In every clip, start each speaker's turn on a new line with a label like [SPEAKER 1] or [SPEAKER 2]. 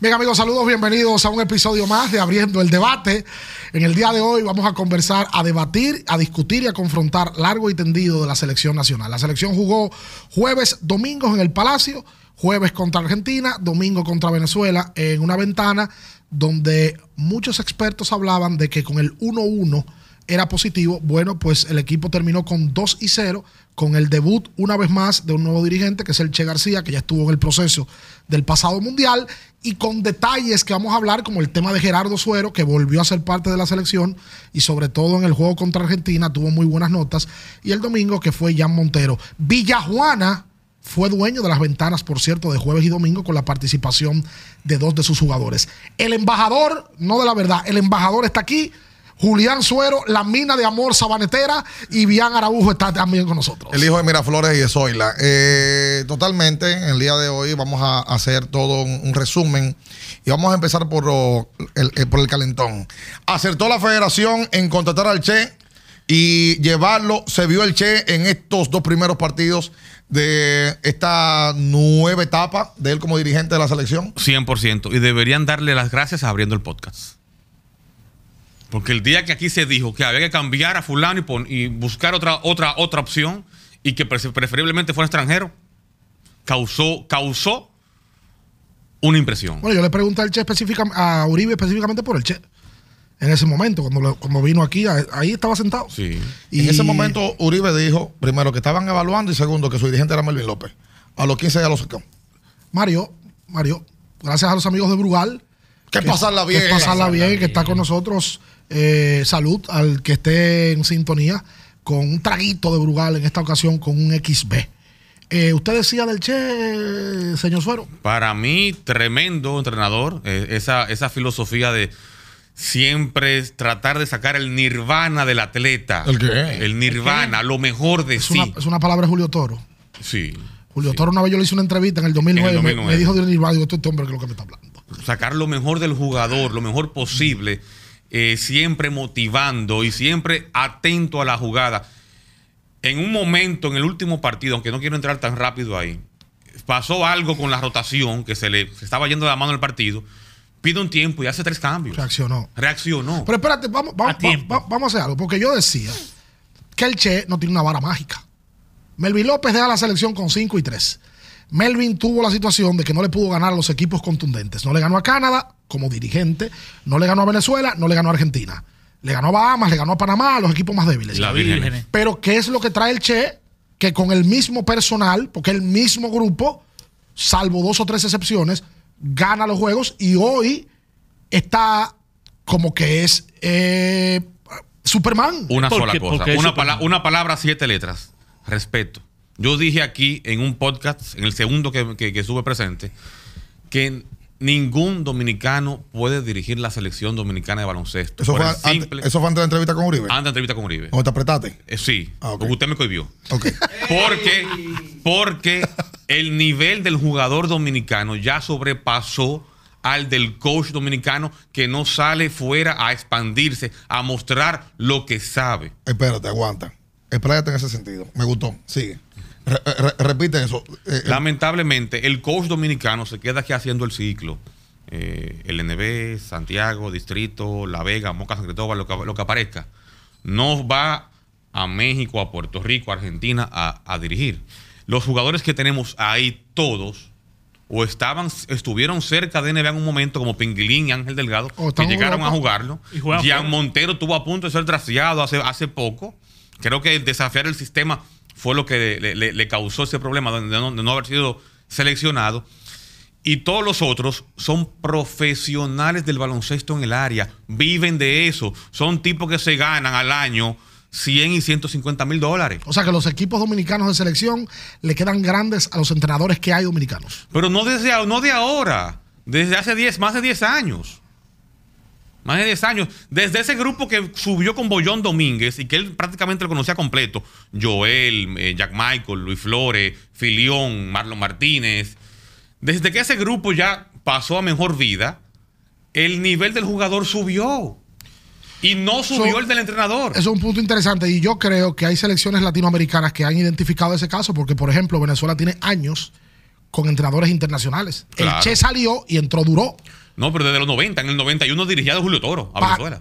[SPEAKER 1] Bien amigos, saludos, bienvenidos a un episodio más de Abriendo el Debate. En el día de hoy vamos a conversar, a debatir, a discutir y a confrontar largo y tendido de la selección nacional. La selección jugó jueves, domingos en el Palacio, jueves contra Argentina, domingo contra Venezuela, en una ventana donde muchos expertos hablaban de que con el 1-1 era positivo. Bueno, pues el equipo terminó con 2 y 0, con el debut una vez más de un nuevo dirigente, que es el Che García, que ya estuvo en el proceso del pasado mundial, y con detalles que vamos a hablar, como el tema de Gerardo Suero, que volvió a ser parte de la selección, y sobre todo en el juego contra Argentina tuvo muy buenas notas, y el domingo que fue Jan Montero. Villajuana. Fue dueño de las ventanas, por cierto, de jueves y domingo con la participación de dos de sus jugadores. El embajador, no de la verdad, el embajador está aquí. Julián Suero, la mina de amor sabanetera y Bian Araujo está también con nosotros.
[SPEAKER 2] El hijo de Miraflores y de Zoila. Eh, totalmente, en el día de hoy vamos a hacer todo un, un resumen y vamos a empezar por lo- el, el- por el calentón. Acertó la federación en contratar al Che y llevarlo. Se vio el Che en estos dos primeros partidos de esta nueva etapa de él como dirigente de la selección.
[SPEAKER 3] 100%. Y deberían darle las gracias a abriendo el podcast. Porque el día que aquí se dijo que había que cambiar a fulano y, pon- y buscar otra, otra, otra opción y que pre- preferiblemente fuera extranjero, causó, causó una impresión.
[SPEAKER 1] Bueno, yo le pregunté al Che específicamente, a Uribe específicamente por el Che. En ese momento, cuando, lo- cuando vino aquí, a- ahí estaba sentado.
[SPEAKER 3] Sí.
[SPEAKER 2] En ese momento, Uribe dijo, primero, que estaban evaluando y segundo, que su dirigente era Melvin López. A los 15 ya lo sacó.
[SPEAKER 1] Mario, Mario, gracias a los amigos de Brugal.
[SPEAKER 2] Que pasarla bien.
[SPEAKER 1] Que pasarla bien, que está con nosotros. Eh, salud al que esté en sintonía con un traguito de Brugal en esta ocasión con un XB. Eh, ¿Usted decía del Che, señor Suero?
[SPEAKER 3] Para mí, tremendo entrenador. eh, esa, esa filosofía de siempre es tratar de sacar el nirvana del atleta.
[SPEAKER 2] ¿El qué?
[SPEAKER 3] El nirvana, lo mejor de
[SPEAKER 1] Es,
[SPEAKER 3] sí.
[SPEAKER 1] una, es una palabra de Julio Toro.
[SPEAKER 3] Sí.
[SPEAKER 1] Julio Toro una vez yo le hice una entrevista en el 2009,
[SPEAKER 3] En el
[SPEAKER 1] me- Me,
[SPEAKER 3] 2009.
[SPEAKER 1] dijo de un rival, digo, "Este- este hombre que es lo que me está hablando.
[SPEAKER 3] sacar lo mejor del jugador, lo mejor posible, eh, siempre motivando y siempre atento a la jugada. En un momento, en el último partido, aunque no quiero entrar tan rápido ahí, pasó algo con la rotación que se le se estaba yendo de la mano el partido. Pide un tiempo y hace tres cambios.
[SPEAKER 1] Reaccionó.
[SPEAKER 3] Reaccionó.
[SPEAKER 1] Pero espérate, vamos, vamos,
[SPEAKER 4] A tiempo.
[SPEAKER 1] va- va- vamos a hacer algo, porque yo decía que el Che no tiene una vara mágica. Melvin López deja la selección con 5 y 3. Melvin tuvo la situación de que no le pudo ganar a los equipos contundentes. No le ganó a Canadá como dirigente, no le ganó a Venezuela, no le ganó a Argentina. Le ganó a Bahamas, le ganó a Panamá, a los equipos más débiles.
[SPEAKER 3] La Virgen.
[SPEAKER 1] Pero ¿qué es lo que trae el Che? Que con el mismo personal, porque el mismo grupo, salvo dos o tres excepciones, gana los juegos y hoy está como que es eh, Superman.
[SPEAKER 3] Una
[SPEAKER 4] Porque-
[SPEAKER 3] sola cosa.
[SPEAKER 4] porque es
[SPEAKER 3] Una,
[SPEAKER 4] Superman.
[SPEAKER 3] pala- una palabra, siete letras. Respeto. Yo dije aquí en un podcast, en el segundo que, que, que sube presente, que ningún dominicano puede dirigir la selección dominicana de baloncesto.
[SPEAKER 2] Eso
[SPEAKER 3] Por
[SPEAKER 2] fue,
[SPEAKER 3] el
[SPEAKER 2] ante-
[SPEAKER 3] simple-
[SPEAKER 2] eso fue antes de la entrevista con Uribe.
[SPEAKER 3] Anda entrevista con Uribe.
[SPEAKER 2] ¿O te apretaste?
[SPEAKER 3] Eh, sí,
[SPEAKER 2] Ah, ok.
[SPEAKER 3] porque usted me cohibió.
[SPEAKER 2] Ok.
[SPEAKER 3] Porque, porque el nivel del jugador dominicano ya sobrepasó al del coach dominicano que no sale fuera a expandirse, a mostrar lo que sabe.
[SPEAKER 2] Espérate, aguanta. Espérate en ese sentido. Me gustó. Sigue. Re- re- repite eso. Eh, eh,
[SPEAKER 3] Lamentablemente, el coach dominicano se queda aquí haciendo el ciclo. Eh, LNB, Santiago, Distrito, La Vega, Moca, San Cristóbal, lo que, lo que aparezca. No va a México, a Puerto Rico, a Argentina a, a dirigir. Los jugadores que tenemos ahí todos o estaban, estuvieron cerca de NBA en un momento como Pinguilín y Ángel Delgado
[SPEAKER 1] O
[SPEAKER 3] que
[SPEAKER 1] están
[SPEAKER 3] llegaron a
[SPEAKER 1] jugando.
[SPEAKER 3] jugarlo.
[SPEAKER 4] Y juegan
[SPEAKER 3] Gian
[SPEAKER 4] fuera.
[SPEAKER 3] Montero estuvo a punto de ser traseado hace, hace poco. Creo que el desafiar el sistema fue lo que le, le- le causó ese problema de no, de no haber sido seleccionado. Y todos los otros son profesionales del baloncesto en el área, viven de eso, son tipos que se ganan al año 100 y 150 mil dólares.
[SPEAKER 1] O sea que los equipos dominicanos de selección le quedan grandes a los entrenadores que hay dominicanos.
[SPEAKER 3] Pero no, desde, a- no de ahora, desde hace 10, más de 10 años. Más de 10 años. Desde ese grupo que subió con Bollón Domínguez y que él prácticamente lo conocía completo. Joel, eh, Jack Michael, Luis Flores, Filión, Marlon Martínez, Desde que ese grupo ya pasó a mejor vida, el nivel del jugador subió. Y no subió
[SPEAKER 1] So-
[SPEAKER 3] el del entrenador.
[SPEAKER 1] Eso es un punto interesante y yo creo que hay selecciones latinoamericanas que han identificado ese caso porque, por ejemplo, Venezuela tiene años con entrenadores internacionales.
[SPEAKER 3] Claro.
[SPEAKER 1] El Che salió y entró duró.
[SPEAKER 3] No, pero desde los 90, en el 91 dirigía a Julio Toro a Venezuela.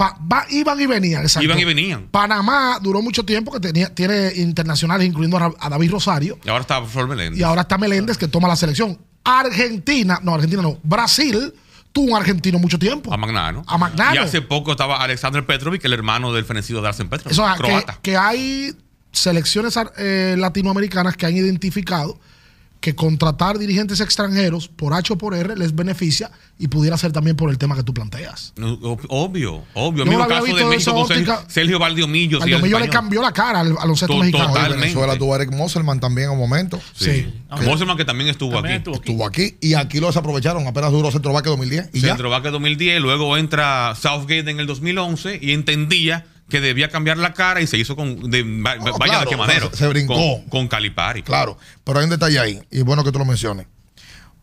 [SPEAKER 1] iban y venían. exacto.
[SPEAKER 3] Iban y venían.
[SPEAKER 1] Panamá duró mucho tiempo que tenía, tiene internacionales, incluyendo a, Ra- a David Rosario,
[SPEAKER 3] y ahora está Flor Meléndez.
[SPEAKER 1] y ahora está Meléndez que toma la selección. Argentina, no, Argentina no, Brasil tuvo un argentino mucho tiempo.
[SPEAKER 3] A Magnano.
[SPEAKER 1] A Magnano.
[SPEAKER 3] Y hace poco estaba Alexander Petrovic, el hermano del fenecido Darsen Petrovic.
[SPEAKER 1] Eso, ah, que,
[SPEAKER 3] croata.
[SPEAKER 1] que hay selecciones ar- eh, latinoamericanas que han identificado que contratar dirigentes extranjeros por H o por R les beneficia y pudiera ser también por el tema que tú planteas.
[SPEAKER 3] No, ob- Obvio, obvio.
[SPEAKER 1] Yo no
[SPEAKER 3] Mismo
[SPEAKER 1] lo había
[SPEAKER 3] caso de
[SPEAKER 1] visto de
[SPEAKER 3] México
[SPEAKER 1] esa
[SPEAKER 3] con Sergio,
[SPEAKER 1] óptica.
[SPEAKER 3] Sergio Valdiomiglio.
[SPEAKER 1] Al Domillo le cambió la cara al baloncesto
[SPEAKER 3] To-
[SPEAKER 1] mexicano.
[SPEAKER 3] total. Totalmente.
[SPEAKER 2] Venezuela tuvo a Eric Moselman también en un momento.
[SPEAKER 1] Sí.
[SPEAKER 3] Moselman que también estuvo
[SPEAKER 4] También
[SPEAKER 3] aquí.
[SPEAKER 4] estuvo aquí.
[SPEAKER 2] Estuvo aquí y aquí lo desaprovecharon. Apenas duró Centrovaque 2010 y ya.
[SPEAKER 3] Centro Vaca 2010, luego entra Southgate en el 2011 y entendía que debía cambiar la cara y se hizo con. de- va-
[SPEAKER 2] No,
[SPEAKER 3] vaya de
[SPEAKER 2] claro,
[SPEAKER 3] qué manera.
[SPEAKER 2] se- se brincó.
[SPEAKER 3] Con, con Calipari.
[SPEAKER 2] Claro, pero hay un detalle ahí, y es bueno que tú lo menciones.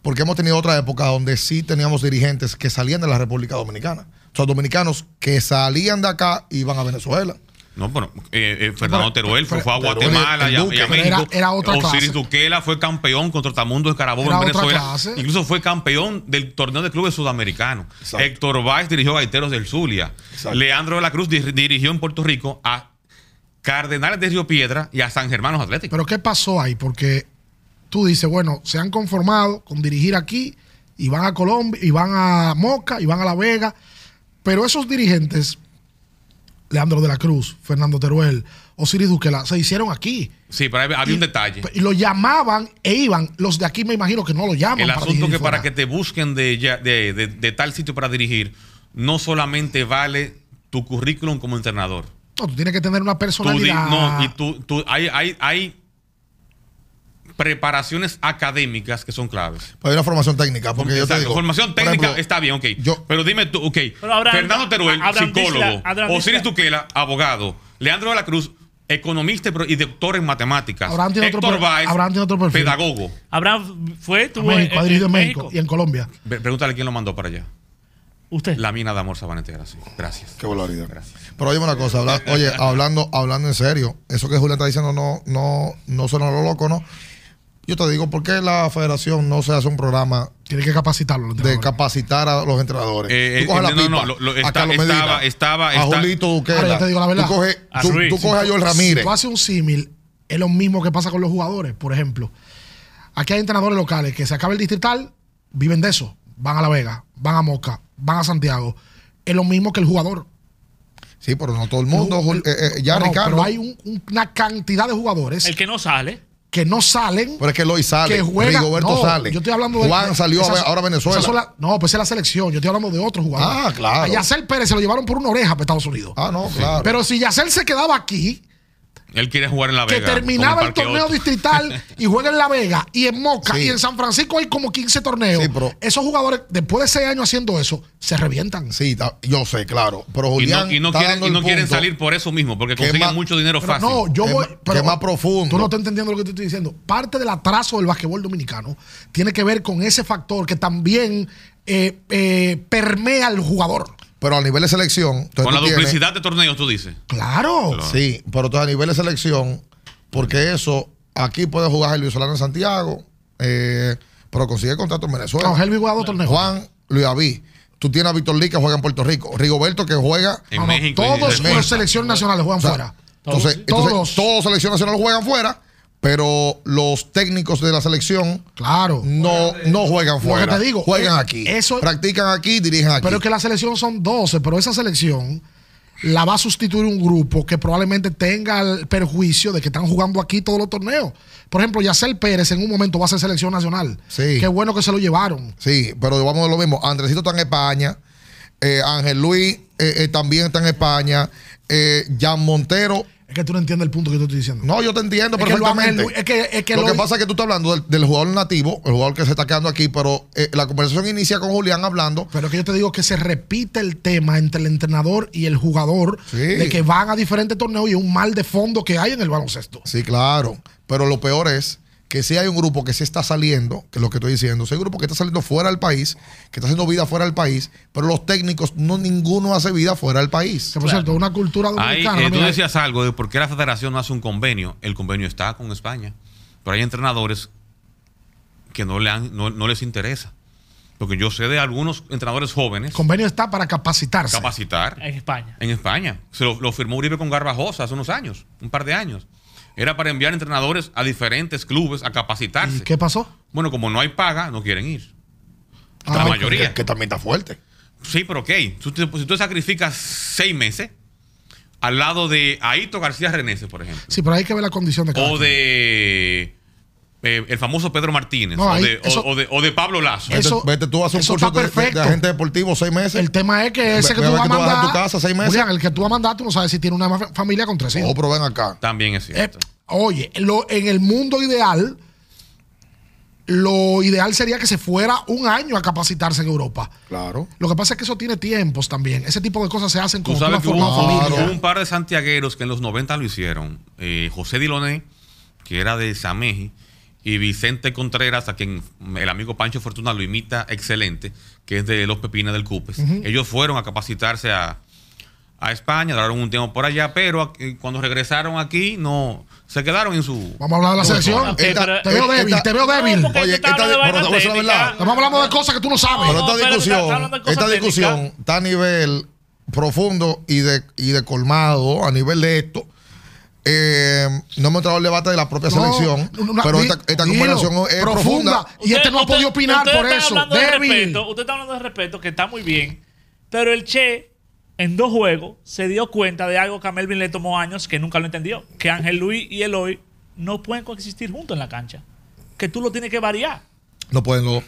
[SPEAKER 2] Porque hemos tenido otra época donde sí teníamos dirigentes que salían de la República Dominicana. O sea, dominicanos que salían de acá y iban a Venezuela.
[SPEAKER 3] No, bueno, eh, eh, Fernando
[SPEAKER 1] Pero-
[SPEAKER 3] Teruel fue,
[SPEAKER 1] pero-
[SPEAKER 3] fue a
[SPEAKER 2] Teruel,
[SPEAKER 3] Guatemala
[SPEAKER 2] el
[SPEAKER 3] y a-
[SPEAKER 2] Duque.
[SPEAKER 3] y a
[SPEAKER 1] Pero
[SPEAKER 3] México.
[SPEAKER 1] era- era otra
[SPEAKER 3] Osiris
[SPEAKER 1] clase.
[SPEAKER 3] Duquela fue campeón contra Tamundo Escarabobo
[SPEAKER 1] Era otra
[SPEAKER 3] en Venezuela.
[SPEAKER 1] clase.
[SPEAKER 3] Incluso fue campeón del torneo de clubes sudamericanos.
[SPEAKER 2] Exacto.
[SPEAKER 3] Héctor Vázquez dirigió a Gaiteros del Zulia.
[SPEAKER 2] Exacto.
[SPEAKER 3] Leandro de la Cruz dir- dirigió en Puerto Rico a Cardenales de Río Piedra y a San Germán los Atléticos.
[SPEAKER 1] Pero ¿qué pasó ahí? Porque tú dices, bueno, se han conformado con dirigir aquí y van a Colombia, y van a Moca, y van a La Vega, pero esos dirigentes, Leandro de la Cruz, Fernando Teruel, Osiris Duquela, se hicieron aquí.
[SPEAKER 3] sí, pero había- había un detalle.
[SPEAKER 1] Y lo llamaban e iban. Los de aquí me imagino que no lo llaman.
[SPEAKER 3] El
[SPEAKER 1] para
[SPEAKER 3] asunto
[SPEAKER 1] dirigir
[SPEAKER 3] que para
[SPEAKER 1] fuera.
[SPEAKER 3] que te busquen de, ya- de- de- de tal sitio para dirigir, no solamente vale tu currículum como entrenador.
[SPEAKER 1] No, tú tienes que tener una
[SPEAKER 3] Tú di-
[SPEAKER 1] personalidad.
[SPEAKER 3] no, y tú, tú- hay, hay, hay preparaciones académicas que son claves.
[SPEAKER 2] Pero Pues hay una formación técnica, porque yo te
[SPEAKER 3] Exacto,
[SPEAKER 2] digo.
[SPEAKER 3] formación
[SPEAKER 2] por
[SPEAKER 3] técnica
[SPEAKER 2] ejemplo,
[SPEAKER 3] está bien, ok.
[SPEAKER 2] yo-
[SPEAKER 3] pero dime tú, ok.
[SPEAKER 4] Pero Abraham-
[SPEAKER 3] Fernando Teruel,
[SPEAKER 4] Abraham
[SPEAKER 3] psicólogo.
[SPEAKER 4] Disla- Abraham
[SPEAKER 3] Osiris
[SPEAKER 4] Disla-
[SPEAKER 3] Tuquela, abogado. Leandro de la Cruz, economista y pro- y doctor en matemáticas.
[SPEAKER 1] Abraham tiene otro
[SPEAKER 3] Héctor
[SPEAKER 1] per-
[SPEAKER 3] Báez,
[SPEAKER 1] Abraham tiene otro perfil.
[SPEAKER 3] pedagogo.
[SPEAKER 4] Abraham fue,
[SPEAKER 1] A
[SPEAKER 4] estuvo
[SPEAKER 1] México, ha
[SPEAKER 4] en,
[SPEAKER 1] dirigido
[SPEAKER 4] en
[SPEAKER 1] en México, y en Colombia.
[SPEAKER 3] Ve- Pregúntale quién lo mandó para allá.
[SPEAKER 4] Usted.
[SPEAKER 3] La mina de amor sabanetera, sí. Gracias.
[SPEAKER 2] Qué barbaridad.
[SPEAKER 3] Gracias.
[SPEAKER 2] Pero oye una cosa, habla- oye, hablando, hablando en serio, eso que Julián está diciendo no, no, no suena a lo loco, ¿no? Yo te digo, ¿por qué la federación no se hace un programa
[SPEAKER 1] Tiene que capacitarlo. los
[SPEAKER 2] de
[SPEAKER 1] entrenadores.
[SPEAKER 2] capacitar a los entrenadores?
[SPEAKER 3] Eh,
[SPEAKER 2] Tú coges
[SPEAKER 3] eh,
[SPEAKER 2] la
[SPEAKER 3] no,
[SPEAKER 2] pipa,
[SPEAKER 3] no, lo- lo- está-
[SPEAKER 2] a Carlos Medina,
[SPEAKER 3] estaba- estaba-
[SPEAKER 2] a
[SPEAKER 3] está-
[SPEAKER 2] Julito Duquela,
[SPEAKER 1] Ahora, yo te digo la verdad.
[SPEAKER 2] Tú coges,
[SPEAKER 4] A
[SPEAKER 2] tú-
[SPEAKER 4] Ruiz.
[SPEAKER 2] tú coges a Joel
[SPEAKER 1] Si
[SPEAKER 2] Ramírez.
[SPEAKER 1] tú haces un símil, es lo mismo que pasa con los jugadores. Por ejemplo, aquí hay entrenadores locales que se acaba el distrital, viven de eso. Van a La Vega, van a Moca, van a Santiago. Es lo mismo que el jugador.
[SPEAKER 2] Sí, pero no todo el mundo. Jul- eh, eh, ya
[SPEAKER 1] No,
[SPEAKER 2] Ricardo.
[SPEAKER 1] Pero hay un- una cantidad de jugadores
[SPEAKER 4] El que no sale.
[SPEAKER 1] que no salen.
[SPEAKER 2] Pero es que Lois sale.
[SPEAKER 1] que juega.
[SPEAKER 2] Rigoberto
[SPEAKER 1] no,
[SPEAKER 2] sale.
[SPEAKER 1] Yo estoy hablando de.
[SPEAKER 2] Juan
[SPEAKER 1] de-
[SPEAKER 2] salió
[SPEAKER 1] esas-
[SPEAKER 2] a- ahora a Venezuela.
[SPEAKER 1] esas son las- no, pues es la selección. Yo estoy hablando de otro jugador.
[SPEAKER 2] Ah, claro.
[SPEAKER 1] A Yacel Pérez se lo llevaron por una oreja para Estados Unidos.
[SPEAKER 2] Ah, no, claro.
[SPEAKER 1] Pero si Yacel se quedaba aquí,
[SPEAKER 3] Él quiere jugar en la
[SPEAKER 1] que
[SPEAKER 3] Vega.
[SPEAKER 1] terminaba
[SPEAKER 3] como
[SPEAKER 1] el
[SPEAKER 3] Parque
[SPEAKER 1] torneo
[SPEAKER 3] Otto.
[SPEAKER 1] distrital y juega en La Vega y en Moca
[SPEAKER 2] Sí.
[SPEAKER 1] y en San Francisco hay como 15 torneos.
[SPEAKER 2] Sí, pero-
[SPEAKER 1] Esos jugadores, después de 6 años haciendo eso, se revientan.
[SPEAKER 2] sí, ta- yo sé, claro. Pero
[SPEAKER 3] Y no,
[SPEAKER 2] Julián.
[SPEAKER 3] y no
[SPEAKER 2] está
[SPEAKER 3] quieren,
[SPEAKER 2] dando
[SPEAKER 3] y
[SPEAKER 2] el
[SPEAKER 3] no quieren
[SPEAKER 2] punto.
[SPEAKER 3] salir por eso mismo, porque
[SPEAKER 2] Que
[SPEAKER 3] consiguen
[SPEAKER 2] más-
[SPEAKER 3] mucho dinero
[SPEAKER 1] Pero
[SPEAKER 3] fácil.
[SPEAKER 1] no, yo
[SPEAKER 2] Que
[SPEAKER 1] voy.
[SPEAKER 2] ma-
[SPEAKER 1] pero
[SPEAKER 2] que más profundo.
[SPEAKER 1] Tú no estás entendiendo lo que te estoy diciendo. Parte del atraso del basquetbol dominicano tiene que ver con ese factor que también eh, eh, permea al jugador.
[SPEAKER 2] Pero a nivel de selección. entonces
[SPEAKER 3] Con
[SPEAKER 2] tú
[SPEAKER 3] la
[SPEAKER 2] tienes-
[SPEAKER 3] duplicidad de torneos, tú dices.
[SPEAKER 1] Claro.
[SPEAKER 2] Sí, pero entonces a nivel de selección. Porque eso. Aquí puede jugar el Luis Solano en Santiago. eh, pero consigue contrato en Venezuela.
[SPEAKER 1] No, Helvi juega dos torneos.
[SPEAKER 2] Juan, Luis David. Tú tienes a Víctor Lee que juega en Puerto Rico. Rigoberto que juega.
[SPEAKER 3] En
[SPEAKER 1] No, no,
[SPEAKER 3] México. y en
[SPEAKER 1] todos
[SPEAKER 3] Venezuela.
[SPEAKER 1] los selecciones nacionales juegan fuera.
[SPEAKER 2] Entonces,
[SPEAKER 4] Todos, sí.
[SPEAKER 2] entonces,
[SPEAKER 1] Todos.
[SPEAKER 2] todos. selección nacional juegan fuera, pero los técnicos de la selección
[SPEAKER 1] Claro.
[SPEAKER 2] no, no juegan fuera.
[SPEAKER 1] te digo,
[SPEAKER 2] juegan
[SPEAKER 1] eh,
[SPEAKER 2] aquí.
[SPEAKER 1] eso-
[SPEAKER 2] practican aquí, dirigen aquí.
[SPEAKER 1] Pero es que la selección son 12, pero esa selección la va a sustituir un grupo que probablemente tenga el perjuicio de que están jugando aquí todos los torneos. Por ejemplo, Yacel Pérez en un momento va a ser selección nacional.
[SPEAKER 2] Sí.
[SPEAKER 1] Qué bueno que se lo llevaron.
[SPEAKER 2] Sí, pero vamos a lo mismo. Andresito está en España. eh, Ángel Luis eh, eh, también está en España. eh, Jan Montero.
[SPEAKER 1] Es que tú no entiendes el punto que yo te estoy diciendo.
[SPEAKER 2] No, yo te entiendo
[SPEAKER 1] Es que lo
[SPEAKER 2] perfectamente.
[SPEAKER 1] Ángel Luis- es que- es que
[SPEAKER 2] lo,
[SPEAKER 1] lo-
[SPEAKER 2] que pasa es que tú estás hablando del, del jugador nativo, el jugador que se está quedando aquí, pero eh, la conversación inicia con Julián hablando
[SPEAKER 1] Pero que yo te digo que se repite el tema entre el entrenador y el jugador
[SPEAKER 2] Sí.
[SPEAKER 1] de que van a diferentes torneos y es un mal de fondo que hay en el baloncesto.
[SPEAKER 2] Sí, claro. Pero lo peor es que sí hay un grupo que sí está saliendo, que es lo que estoy diciendo, sí hay un grupo que está saliendo fuera del país, que está haciendo vida fuera del país, pero los técnicos, no ninguno hace vida fuera del país.
[SPEAKER 1] Que por cierto, una cultura
[SPEAKER 3] Ahí,
[SPEAKER 1] dominicana.
[SPEAKER 3] eh, tú
[SPEAKER 1] mira,
[SPEAKER 3] decías algo de por qué la federación no hace un convenio. El convenio está con España. Pero hay entrenadores que no, le han- no, no les interesa. Porque yo sé de algunos entrenadores jóvenes
[SPEAKER 1] el convenio está para capacitarse.
[SPEAKER 3] capacitar
[SPEAKER 4] en España.
[SPEAKER 3] en España. Se lo, lo firmó Uribe con Garbajosa hace unos años, un par de años. Era para enviar entrenadores a diferentes clubes a
[SPEAKER 1] ¿Y
[SPEAKER 3] capacitarse.
[SPEAKER 1] qué pasó?
[SPEAKER 3] Bueno, como no hay paga, no quieren ir.
[SPEAKER 1] Ah,
[SPEAKER 3] la mayoría.
[SPEAKER 2] Que, que también está fuerte.
[SPEAKER 3] Sí, pero ok. Tú te- pues, si tú sacrificas seis meses al lado de Aito García Reneses, por ejemplo.
[SPEAKER 1] Sí, pero hay que ver la condición de cada
[SPEAKER 3] o
[SPEAKER 1] quien.
[SPEAKER 3] de eh, el famoso Pedro Martínez
[SPEAKER 1] No,
[SPEAKER 3] o,
[SPEAKER 1] ahí,
[SPEAKER 3] de, o-
[SPEAKER 1] eso- Eh,
[SPEAKER 3] o de- o de Pablo Lazo.
[SPEAKER 1] Eso-
[SPEAKER 2] vete, vete tú a hacer un
[SPEAKER 1] eso
[SPEAKER 2] curso
[SPEAKER 1] está
[SPEAKER 2] de, de- de
[SPEAKER 1] perfecto.
[SPEAKER 2] agente deportivo seis meses.
[SPEAKER 1] El tema es que ese
[SPEAKER 2] Ve-
[SPEAKER 1] que
[SPEAKER 2] ve
[SPEAKER 1] tú
[SPEAKER 2] a
[SPEAKER 1] vas a
[SPEAKER 2] ver que tú vas a
[SPEAKER 1] mandar.
[SPEAKER 2] tu casa seis meses.
[SPEAKER 1] Julián, el que tú vas a mandar, tú no sabes si tiene una fa- familia con tres hijos.
[SPEAKER 2] Oh, pero ven acá.
[SPEAKER 3] También es
[SPEAKER 1] Eh,
[SPEAKER 3] cierto.
[SPEAKER 1] oye, lo, en el mundo ideal, lo ideal sería que se fuera un año a capacitarse en Europa.
[SPEAKER 2] Claro.
[SPEAKER 1] Lo que pasa es que eso tiene tiempos también. Ese tipo de cosas se hacen
[SPEAKER 3] Tú
[SPEAKER 1] cuando tú
[SPEAKER 3] sabes
[SPEAKER 1] has
[SPEAKER 3] que hubo,
[SPEAKER 1] formado
[SPEAKER 2] una
[SPEAKER 1] familia.
[SPEAKER 3] hubo un par de santiagueros que en los 90 lo hicieron. Eh, José Diloné, que era de Sameji, y Vicente Contreras, a quien el amigo Pancho Fortuna lo imita excelente, que es de Los Pepines del Cupes. Ellos fueron a capacitarse a, a España, duraron un tiempo por allá, pero aquí- cuando regresaron aquí, no, se quedaron en su...
[SPEAKER 1] Vamos a hablar de la selección.
[SPEAKER 4] Ok, Eh, pero-
[SPEAKER 1] te veo débil, te veo débil.
[SPEAKER 4] porque
[SPEAKER 2] Oye,
[SPEAKER 4] tú estás
[SPEAKER 2] esta-
[SPEAKER 4] hablando
[SPEAKER 2] pero
[SPEAKER 4] de vaina
[SPEAKER 2] te voy a decir la
[SPEAKER 4] técnica.
[SPEAKER 2] verdad.
[SPEAKER 1] Vamos a hablar de cosas que tú no sabes.
[SPEAKER 2] Pero
[SPEAKER 4] No,
[SPEAKER 2] esta
[SPEAKER 4] espérate, estás
[SPEAKER 2] discusión,
[SPEAKER 4] hablando de cosas
[SPEAKER 2] esta
[SPEAKER 4] técnicas.
[SPEAKER 2] discusión está a nivel profundo y de, y de colmado, a nivel de esto. Eh, no hemos entrado al debate de la propia
[SPEAKER 1] No,
[SPEAKER 2] selección,
[SPEAKER 1] una-
[SPEAKER 2] pero
[SPEAKER 1] di-
[SPEAKER 2] esta, esta
[SPEAKER 1] dilo,
[SPEAKER 2] conversación es profunda.
[SPEAKER 1] Y este no ha
[SPEAKER 4] Usted-
[SPEAKER 1] podido
[SPEAKER 4] usted-
[SPEAKER 1] opinar
[SPEAKER 4] usted
[SPEAKER 1] por
[SPEAKER 4] está
[SPEAKER 1] eso.
[SPEAKER 4] hablando de
[SPEAKER 1] Débil.
[SPEAKER 4] respeto, usted está hablando de respeto, que está muy bien. Pero el Che, en dos juegos, se dio cuenta de algo que a Melvin le tomó años que nunca lo entendió. Que Ángel Luis y Eloy no pueden coexistir juntos en la cancha. Que tú lo tienes que variar.
[SPEAKER 2] No pueden los dos.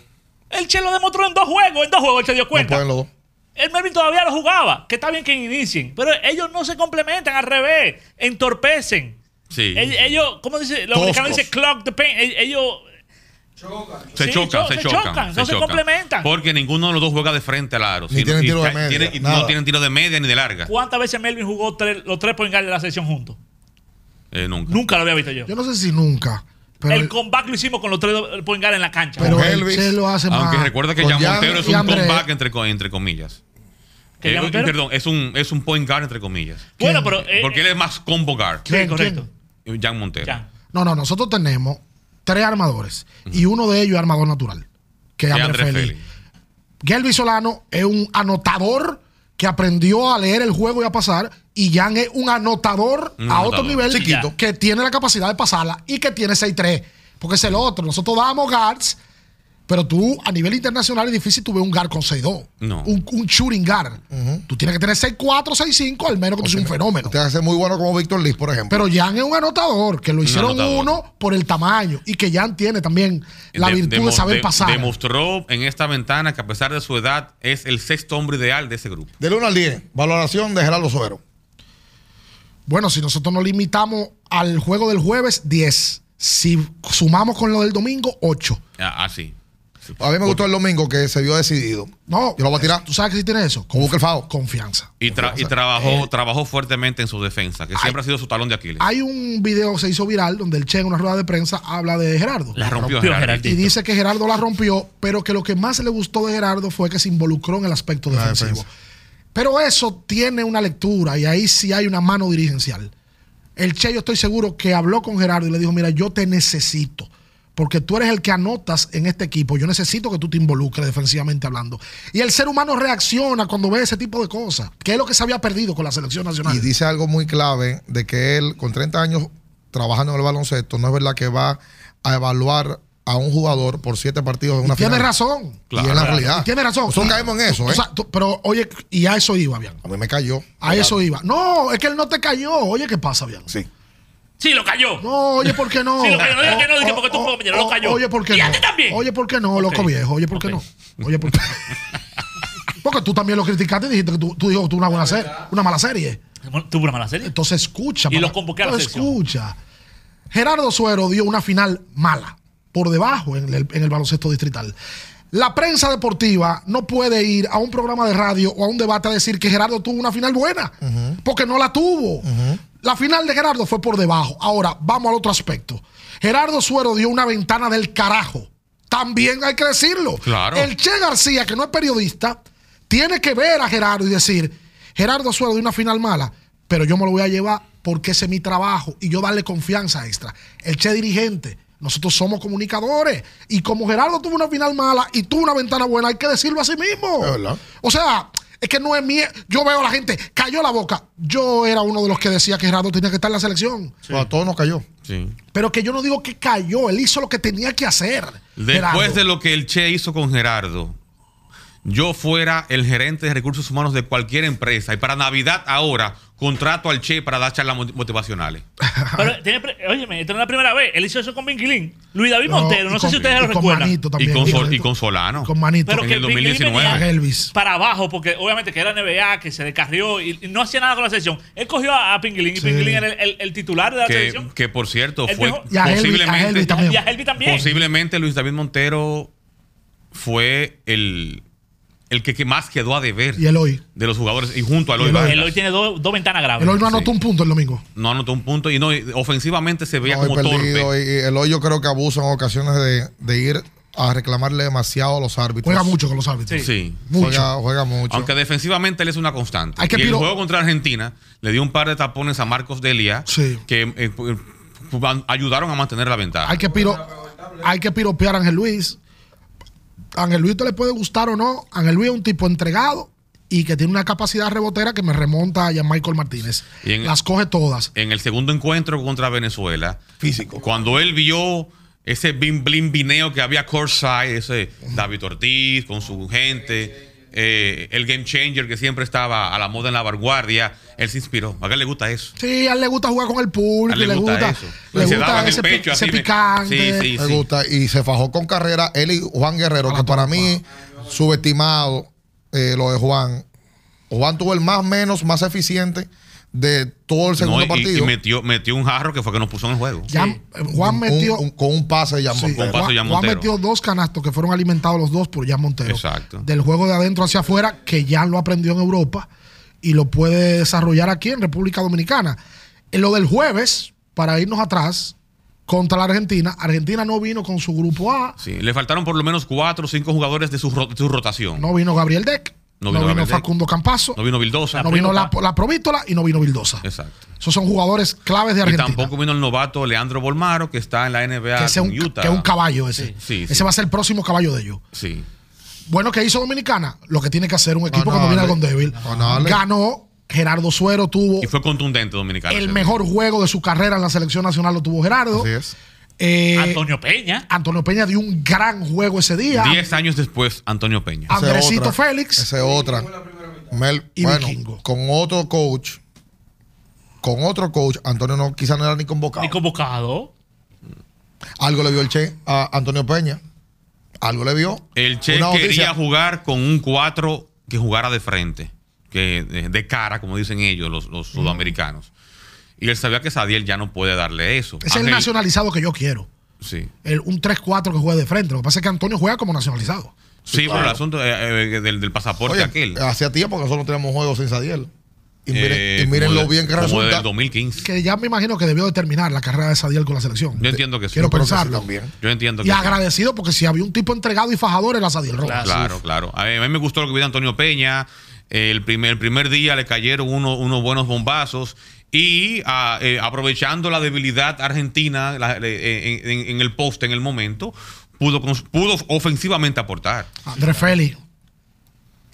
[SPEAKER 4] El Che lo demostró en dos juegos. En dos juegos él se dio
[SPEAKER 2] No
[SPEAKER 4] cuenta.
[SPEAKER 2] pueden los dos.
[SPEAKER 4] El Melvin todavía lo jugaba, que está bien que inicien, pero ellos no se complementan, al revés, entorpecen.
[SPEAKER 3] Sí.
[SPEAKER 4] Ell- Ellos, ¿cómo dice? Los
[SPEAKER 2] Toscos.
[SPEAKER 4] americanos dicen clock the paint. Ell- Ellos,
[SPEAKER 3] Se
[SPEAKER 4] Sí,
[SPEAKER 3] chocan,
[SPEAKER 4] cho-
[SPEAKER 3] se,
[SPEAKER 4] se
[SPEAKER 3] chocan,
[SPEAKER 4] chocan, no se complementan.
[SPEAKER 3] Porque ninguno de los dos juega de frente al aro.
[SPEAKER 2] Ni
[SPEAKER 3] sino-
[SPEAKER 2] tienen
[SPEAKER 3] y
[SPEAKER 2] tiro de
[SPEAKER 3] ca-
[SPEAKER 2] media,
[SPEAKER 3] tienen- y
[SPEAKER 2] nada.
[SPEAKER 3] no tienen tiro de media ni de larga.
[SPEAKER 4] ¿cuántas veces Melvin jugó tres- los tres point guard de la sesión juntos?
[SPEAKER 3] Eh, nunca.
[SPEAKER 4] Nunca lo había visto yo.
[SPEAKER 1] Yo no sé si nunca. Pero
[SPEAKER 4] el comeback lo hicimos con los tres do- point guard en la cancha.
[SPEAKER 1] pero
[SPEAKER 2] Con
[SPEAKER 1] el
[SPEAKER 2] Elvis.
[SPEAKER 1] Che lo hace
[SPEAKER 3] Aunque
[SPEAKER 1] más.
[SPEAKER 3] recuerda que
[SPEAKER 2] con
[SPEAKER 3] ya
[SPEAKER 2] Jan
[SPEAKER 3] Montero es
[SPEAKER 1] y
[SPEAKER 3] un
[SPEAKER 1] André.
[SPEAKER 3] comeback entre, co- entre comillas.
[SPEAKER 4] ¿Que
[SPEAKER 3] Eh,
[SPEAKER 4] Jan
[SPEAKER 3] eh,
[SPEAKER 4] Montero?
[SPEAKER 3] perdón, es un, es un point guard entre comillas.
[SPEAKER 4] bueno, pero. eh,
[SPEAKER 3] Porque él es más combo guard.
[SPEAKER 4] sí,
[SPEAKER 1] ¿Quién,
[SPEAKER 4] correcto.
[SPEAKER 3] eh, Jan Montero.
[SPEAKER 4] Ya.
[SPEAKER 1] No, no, nosotros tenemos tres armadores. Y uno de ellos es armador natural. Que es
[SPEAKER 3] Y
[SPEAKER 1] André
[SPEAKER 3] André
[SPEAKER 1] Félix.
[SPEAKER 3] Félix.
[SPEAKER 1] Gelby Solano es un anotador que aprendió a leer el juego y a pasar. Y Jan es un anotador
[SPEAKER 3] Un
[SPEAKER 1] a
[SPEAKER 3] anotador.
[SPEAKER 1] otro nivel
[SPEAKER 4] Chiquito.
[SPEAKER 1] que tiene la capacidad de pasarla y que tiene 6-3. Porque es el otro. Nosotros damos guards, pero tú a nivel internacional es difícil tú ves un guard con 6-2.
[SPEAKER 3] No.
[SPEAKER 1] Un, un shooting guard. Tú tienes que tener 6-4, 6-5, al menos que tú seas un fenómeno.
[SPEAKER 2] Usted hace muy bueno como Víctor Liz, por ejemplo.
[SPEAKER 1] Pero Jan es un anotador, que lo hicieron
[SPEAKER 3] anotador.
[SPEAKER 1] uno por el tamaño y que Jan tiene también la
[SPEAKER 3] De-
[SPEAKER 1] virtud de
[SPEAKER 3] demo-
[SPEAKER 1] saber
[SPEAKER 3] de-
[SPEAKER 1] pasar.
[SPEAKER 3] Demostró en esta ventana que a pesar de su edad es el sexto hombre ideal de ese grupo.
[SPEAKER 2] Del 1 al 10, valoración de Gerardo Suero.
[SPEAKER 1] Bueno, si nosotros nos limitamos al juego del jueves, 10. Si sumamos con lo del domingo, 8.
[SPEAKER 3] Ah, ah, sí. Sí.
[SPEAKER 2] A mí me gustó el domingo que se vio decidido.
[SPEAKER 1] No,
[SPEAKER 2] Yo lo voy a tirar.
[SPEAKER 1] ¿Tú sabes que sí tiene eso?
[SPEAKER 2] Con Booker Fao.
[SPEAKER 1] Confianza.
[SPEAKER 3] Y, tra- y
[SPEAKER 1] Eh.
[SPEAKER 3] trabajó, trabajó fuertemente en su defensa, que siempre ha sido su talón de Aquiles.
[SPEAKER 1] Hay un video que se hizo viral donde el Che en una rueda de prensa habla de Gerardo.
[SPEAKER 3] La rompió,
[SPEAKER 4] rompió
[SPEAKER 3] Gerardito.
[SPEAKER 1] y dice que Gerardo la rompió, pero que lo que más le gustó de Gerardo fue que se involucró en el aspecto
[SPEAKER 2] La
[SPEAKER 1] defensivo.
[SPEAKER 2] defensa.
[SPEAKER 1] Pero eso tiene una lectura y ahí sí hay una mano dirigencial. El Che, yo estoy seguro que habló con Gerardo y le dijo: Mira, yo te necesito. Porque tú eres el que anotas en este equipo. Yo necesito que tú te involucres defensivamente hablando. Y el ser humano reacciona cuando ve ese tipo de cosas. Que es lo que se había perdido con la selección nacional.
[SPEAKER 2] Y dice algo muy clave de que él, con 30 años trabajando en el baloncesto, no es verdad que va a evaluar a un jugador por siete partidos en
[SPEAKER 1] Y
[SPEAKER 2] una
[SPEAKER 1] tiene
[SPEAKER 2] final.
[SPEAKER 1] razón.
[SPEAKER 2] y
[SPEAKER 3] Claro.
[SPEAKER 2] es la realidad.
[SPEAKER 1] Y tiene razón.
[SPEAKER 2] Nosotros
[SPEAKER 1] Y-
[SPEAKER 2] caemos en eso,
[SPEAKER 1] o
[SPEAKER 2] ¿eh?
[SPEAKER 1] sea, tú- pero oye, y a eso iba, bien.
[SPEAKER 2] a mí me cayó.
[SPEAKER 1] A eso iba. No, es que él no te cayó. Oye, ¿qué pasa, bien?
[SPEAKER 2] Sí.
[SPEAKER 4] Sí, lo cayó.
[SPEAKER 1] No, oye, ¿por qué no?
[SPEAKER 4] Sí, lo cayó. No digas que no, dije,
[SPEAKER 1] O-
[SPEAKER 4] porque tú,
[SPEAKER 1] o-
[SPEAKER 4] compañero, lo
[SPEAKER 1] o-
[SPEAKER 4] cayó.
[SPEAKER 1] Oye, ¿por qué
[SPEAKER 4] Y a
[SPEAKER 1] no?
[SPEAKER 4] ti también.
[SPEAKER 1] Oye, ¿por qué no, loco
[SPEAKER 4] Ok.
[SPEAKER 1] viejo? Oye, ¿por qué
[SPEAKER 4] Ok.
[SPEAKER 1] no? Oye, ¿por qué no? Porque tú también lo criticaste y dijiste que tú, tú dijo que tú una buena serie, una mala serie.
[SPEAKER 4] Tuvo una mala serie.
[SPEAKER 1] Entonces escucha.
[SPEAKER 4] Y
[SPEAKER 1] papá.
[SPEAKER 4] lo convoqué a la
[SPEAKER 1] Entonces,
[SPEAKER 4] selección.
[SPEAKER 1] escucha. Gerardo Suero dio una final mala, por debajo en el, en el baloncesto distrital. La prensa deportiva no puede ir a un programa de radio o a un debate a decir que Gerardo tuvo una final buena, porque no la tuvo. La final de Gerardo fue por debajo. Ahora, vamos al otro aspecto. Gerardo Suero dio una ventana del carajo. También hay que decirlo.
[SPEAKER 3] Claro.
[SPEAKER 1] El Che García, que no es periodista, tiene que ver a Gerardo y decir, Gerardo Suero de una final mala, pero yo me lo voy a llevar porque ese es mi trabajo y yo darle confianza extra. El Che dirigente, nosotros somos comunicadores y como Gerardo tuvo una final mala y tuvo una ventana buena, hay que decirlo a sí mismo.
[SPEAKER 2] Es verdad.
[SPEAKER 1] O sea, es que no es mía. Yo veo a la gente, cayó la boca. Yo era uno de los que decía que Gerardo tenía que estar en la selección.
[SPEAKER 2] A todos nos cayó.
[SPEAKER 3] Sí.
[SPEAKER 1] Pero que yo no digo que cayó, él hizo lo que tenía que hacer.
[SPEAKER 3] Después
[SPEAKER 1] Gerardo.
[SPEAKER 3] de lo que el Che hizo con Gerardo, yo fuera el gerente de recursos humanos de cualquier empresa y para Navidad ahora contrato al Che para dar charlas mot- motivacional.
[SPEAKER 1] Ah,
[SPEAKER 4] Pero tiene, pre- óyeme, esta no es la primera vez. Él hizo eso con Vinquilín. Luis David Montero,
[SPEAKER 1] y
[SPEAKER 4] no sé
[SPEAKER 1] con-
[SPEAKER 4] si ustedes
[SPEAKER 1] y
[SPEAKER 4] lo
[SPEAKER 1] con
[SPEAKER 4] recuerdan.
[SPEAKER 1] Manito
[SPEAKER 3] Y
[SPEAKER 1] también.
[SPEAKER 3] con, Sol-
[SPEAKER 1] Manito.
[SPEAKER 3] y con Solano.
[SPEAKER 1] Con Manito.
[SPEAKER 4] Pero
[SPEAKER 3] En
[SPEAKER 4] que
[SPEAKER 3] el
[SPEAKER 4] Vinquilín
[SPEAKER 3] 2019.
[SPEAKER 4] venía
[SPEAKER 1] A Elvis.
[SPEAKER 4] Para abajo, porque obviamente que era NBA, que se descarrió y y no hacía nada con la selección. Él cogió a, a Pinguilín y
[SPEAKER 1] Sí.
[SPEAKER 4] Pinguilín era el, el- el titular de la
[SPEAKER 3] Que,
[SPEAKER 4] selección.
[SPEAKER 3] que, por cierto
[SPEAKER 4] Él
[SPEAKER 3] fue
[SPEAKER 4] dijo-
[SPEAKER 1] Y a Elvis-
[SPEAKER 3] posiblemente,
[SPEAKER 1] a Elvis también.
[SPEAKER 4] Y a Helvi también.
[SPEAKER 3] posiblemente Luis David Montero fue el, el que, que más quedó a deber
[SPEAKER 1] Y Eloy.
[SPEAKER 3] de los jugadores y junto a Eloy
[SPEAKER 1] Y Eloy.
[SPEAKER 3] Vargas.
[SPEAKER 4] Él hoy tiene dos dos ventanas graves.
[SPEAKER 1] Eloy no anotó un punto el domingo.
[SPEAKER 3] no anotó un punto y no y ofensivamente se veía
[SPEAKER 2] No, y
[SPEAKER 3] como
[SPEAKER 2] perdido. eh.
[SPEAKER 3] torpe.
[SPEAKER 2] Y el hoy yo creo que abusa en ocasiones de, de ir a reclamarle demasiado a los árbitros.
[SPEAKER 1] Juega mucho con los árbitros.
[SPEAKER 4] Sí.
[SPEAKER 3] Sí.
[SPEAKER 1] Mucho.
[SPEAKER 2] Juega, juega mucho.
[SPEAKER 3] Aunque defensivamente él es una constante.
[SPEAKER 1] Hay que
[SPEAKER 3] y el
[SPEAKER 1] piro-
[SPEAKER 3] juego contra Argentina le dio un par de tapones a Marcos Delia
[SPEAKER 1] Sí.
[SPEAKER 3] que eh, pu- pu- ayudaron a mantener la ventaja.
[SPEAKER 1] Hay que, piro, hay que piropear a Ángel Luis. A Ángel Luis te le puede gustar o no. Ángel Luis es un tipo entregado y que tiene una capacidad rebotera que me remonta a Michael Martínez.
[SPEAKER 3] Y en-
[SPEAKER 1] Las coge todas.
[SPEAKER 3] En el segundo encuentro contra Venezuela,
[SPEAKER 2] Físico.
[SPEAKER 3] cuando él vio ese bim blim vineo que había Courtside, ese David Ortiz con su gente, eh, el game changer que siempre estaba a la moda en la vanguardia, él se inspiró. A él le gusta eso.
[SPEAKER 1] Sí, a él le gusta jugar con el público,
[SPEAKER 3] A él
[SPEAKER 1] le, gusta,
[SPEAKER 3] eso.
[SPEAKER 1] le
[SPEAKER 3] Y se
[SPEAKER 1] gusta
[SPEAKER 3] daban el
[SPEAKER 1] ese, pi-
[SPEAKER 3] pecho
[SPEAKER 1] ese
[SPEAKER 3] así, me-
[SPEAKER 1] picante.
[SPEAKER 3] Sí, Ah, sí,
[SPEAKER 2] Me
[SPEAKER 3] sí.
[SPEAKER 2] gusta. Y se fajó con carrera él y Juan Guerrero, que para mí, subestimado eh, lo de Juan. Juan tuvo el más menos, más eficiente de todo el segundo
[SPEAKER 3] No, y- y,
[SPEAKER 2] partido.
[SPEAKER 3] metió, metió un jarro que fue que nos puso en el juego.
[SPEAKER 1] Ya, eh, Juan
[SPEAKER 2] Un-
[SPEAKER 1] metió.
[SPEAKER 2] un- con un pase de Jan
[SPEAKER 1] Sí,
[SPEAKER 2] Montero.
[SPEAKER 3] Con paso
[SPEAKER 1] Eh, Juan,
[SPEAKER 3] de Jan
[SPEAKER 1] Juan
[SPEAKER 3] Montero.
[SPEAKER 1] metió dos canastos que fueron alimentados los dos por Jan Montero.
[SPEAKER 3] Exacto.
[SPEAKER 1] Del juego de adentro hacia afuera, que Jan lo aprendió en Europa y lo puede desarrollar aquí en República Dominicana. En lo del jueves, para irnos atrás, contra la Argentina, Argentina no vino con su grupo A,
[SPEAKER 3] Sí, le faltaron por lo menos cuatro o cinco jugadores de su, ro- de su rotación. No,
[SPEAKER 1] no vino Gabriel Deck, no
[SPEAKER 3] No
[SPEAKER 1] vino,
[SPEAKER 3] vino Gabriel Deck.
[SPEAKER 1] Facundo Campazo, no,
[SPEAKER 3] vino Vildosa.
[SPEAKER 4] No
[SPEAKER 1] vino
[SPEAKER 4] vino
[SPEAKER 1] la, la Provítola y no vino Vildosa.
[SPEAKER 3] Exacto.
[SPEAKER 1] Esos son jugadores claves de
[SPEAKER 3] Y
[SPEAKER 1] Argentina.
[SPEAKER 3] tampoco vino el novato Leandro Bolmaro, que está en la NBA
[SPEAKER 1] que, ese es
[SPEAKER 3] con
[SPEAKER 1] un, ca-
[SPEAKER 3] Utah.
[SPEAKER 1] que es un caballo ese.
[SPEAKER 3] Sí, sí.
[SPEAKER 1] Ese va a ser el próximo caballo de ellos.
[SPEAKER 3] Sí.
[SPEAKER 1] Bueno, ¿qué hizo Dominicana? Lo que tiene que hacer un equipo
[SPEAKER 2] Ganarle.
[SPEAKER 1] cuando viene algo débil.
[SPEAKER 2] Ganarle.
[SPEAKER 1] Ganó. Gerardo Suero tuvo
[SPEAKER 3] Y fue contundente dominicano.
[SPEAKER 1] el
[SPEAKER 3] ese
[SPEAKER 1] mejor juego de su carrera en la selección nacional, lo tuvo Gerardo.
[SPEAKER 2] Así es.
[SPEAKER 1] Eh,
[SPEAKER 4] Antonio Peña.
[SPEAKER 1] Antonio Peña dio un gran juego ese día.
[SPEAKER 3] día. Diez años después, Antonio Peña.
[SPEAKER 1] Ah,
[SPEAKER 2] Esa es
[SPEAKER 1] Andresito
[SPEAKER 2] otra.
[SPEAKER 1] Félix.
[SPEAKER 2] Esa es otra. Mel,
[SPEAKER 1] Y
[SPEAKER 2] bueno,
[SPEAKER 1] Vikingo.
[SPEAKER 2] con otro coach, con otro coach, Antonio no, quizás no era ni convocado.
[SPEAKER 4] Ni convocado.
[SPEAKER 2] Algo le vio el Che a Antonio Peña. Algo le vio.
[SPEAKER 3] El Che
[SPEAKER 2] Una
[SPEAKER 3] quería
[SPEAKER 2] noticia.
[SPEAKER 3] jugar con un 4 que jugara de frente, que de, de cara, como dicen ellos, los, los sudamericanos. Y él sabía que Sadiel ya no puede darle eso.
[SPEAKER 1] Ese es el
[SPEAKER 3] Ángel-
[SPEAKER 1] nacionalizado que yo quiero.
[SPEAKER 3] Sí.
[SPEAKER 1] El, un 3-4 que juega de frente. Lo que pasa es que Antonio juega como nacionalizado.
[SPEAKER 3] Sí, pero el asunto eh, eh, del, del pasaporte
[SPEAKER 2] Oye,
[SPEAKER 3] aquel.
[SPEAKER 1] ah,
[SPEAKER 2] Hacía tiempo que nosotros no teníamos juegos sin Sadiel. Y miren,
[SPEAKER 3] Eh,
[SPEAKER 2] y miren
[SPEAKER 3] como
[SPEAKER 2] lo
[SPEAKER 3] de-
[SPEAKER 2] bien que
[SPEAKER 3] como
[SPEAKER 2] resulta.
[SPEAKER 3] del 2015.
[SPEAKER 1] Que ya me imagino que debió de terminar la carrera de Sadiel con la selección.
[SPEAKER 3] Yo entiendo que sí.
[SPEAKER 1] Quiero
[SPEAKER 3] Yo creo que sí
[SPEAKER 1] pensarlo.
[SPEAKER 2] también.
[SPEAKER 3] Yo entiendo que.
[SPEAKER 1] Y
[SPEAKER 3] sí.
[SPEAKER 1] agradecido porque si había un tipo entregado y fajador era Sadiel Rojas.
[SPEAKER 4] Claro.
[SPEAKER 3] Claro, claro. A mí, a mí me gustó lo que vi de Antonio Peña. El primer, el primer día le cayeron uno- unos buenos bombazos. Y ah, eh, aprovechando la debilidad argentina la- eh, en, en- en el poste en el momento, pudo, cons- pudo ofensivamente aportar.
[SPEAKER 1] Andrés Félix.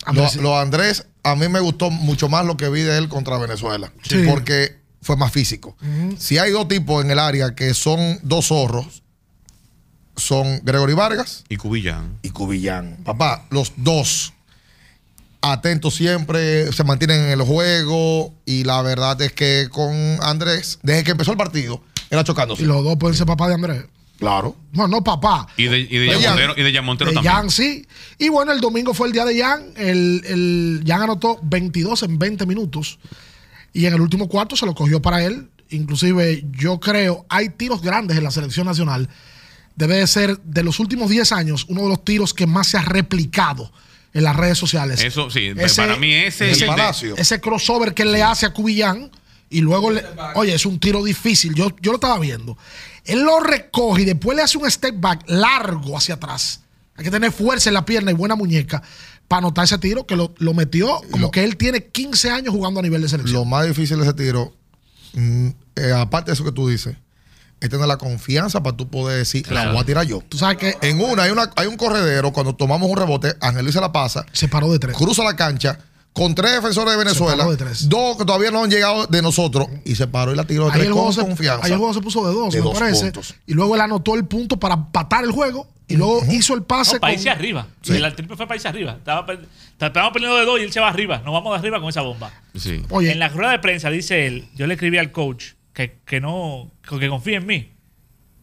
[SPEAKER 2] Lo,
[SPEAKER 1] Andrés-
[SPEAKER 2] lo Andrés, a mí me gustó mucho más lo que vi de él contra Venezuela.
[SPEAKER 1] Sí.
[SPEAKER 2] Porque fue más físico. Si hay dos tipos en el área que son dos zorros, son Gregory Vargas
[SPEAKER 3] Y Cubillán.
[SPEAKER 2] y Cubillán. Papá, los dos atentos siempre, se mantienen en el juego y la verdad es que con Andrés, desde que empezó el partido, era
[SPEAKER 1] y
[SPEAKER 2] chocándose.
[SPEAKER 1] los dos pueden ser papá de Andrés.
[SPEAKER 2] Claro.
[SPEAKER 1] No, no papá.
[SPEAKER 3] Y de, y de
[SPEAKER 2] De Jan.
[SPEAKER 3] Yamontero, y de Yamontero
[SPEAKER 1] de
[SPEAKER 3] también.
[SPEAKER 1] Jan, sí. Y bueno, el domingo fue el día de Jan. El, el- Jan anotó 22 en 20 minutos. Y en el último cuarto se lo cogió para él. Inclusive, yo creo, hay tiros grandes en la selección nacional. Debe de ser, de los últimos 10 años, uno de los tiros que más se ha replicado en las redes sociales.
[SPEAKER 3] Eso sí,
[SPEAKER 1] Ese-
[SPEAKER 3] para mí ese
[SPEAKER 2] el
[SPEAKER 3] y el de-
[SPEAKER 2] Palacio.
[SPEAKER 1] ese crossover que él le hace a Cubillán y luego le, oye es un tiro difícil yo, yo lo estaba viendo Él lo recoge y después le hace un step back largo hacia atrás. Hay que tener fuerza en la pierna y buena muñeca para anotar ese tiro que lo, lo metió como
[SPEAKER 2] Lo-
[SPEAKER 1] que él tiene 15 años jugando a nivel de selección.
[SPEAKER 2] Lo más difícil de ese tiro, mm, eh, aparte de eso que tú dices, es tener la confianza para tú poder decir, la
[SPEAKER 4] Claro.
[SPEAKER 2] voy a tirar yo.
[SPEAKER 1] Tú sabes que eh,
[SPEAKER 2] En una hay, una, hay un corredero, cuando tomamos un rebote, Ángel Luis se la pasa,
[SPEAKER 1] se paró de tres.
[SPEAKER 2] cruza la cancha con tres defensores de Venezuela,
[SPEAKER 1] paró de tres.
[SPEAKER 2] dos que todavía no han llegado de nosotros, y se paró y la tiró de
[SPEAKER 1] Ahí
[SPEAKER 2] tres
[SPEAKER 1] el,
[SPEAKER 2] con
[SPEAKER 1] juego se,
[SPEAKER 2] confianza.
[SPEAKER 1] ahí el juego se puso de dos,
[SPEAKER 2] De
[SPEAKER 1] me
[SPEAKER 2] dos
[SPEAKER 1] parece.
[SPEAKER 2] puntos.
[SPEAKER 1] Y luego él anotó el punto para empatar el juego y luego hizo el pase.
[SPEAKER 4] No, país
[SPEAKER 1] con-
[SPEAKER 4] arriba.
[SPEAKER 2] Sí.
[SPEAKER 4] El triple fue país arriba. Estaba, per- estábamos perdiendo de dos y él se va arriba. Nos vamos de arriba con esa bomba.
[SPEAKER 3] Sí.
[SPEAKER 1] Oye,
[SPEAKER 4] En la rueda de prensa dice él, yo le escribí al coach que, que no, que confíe en mí,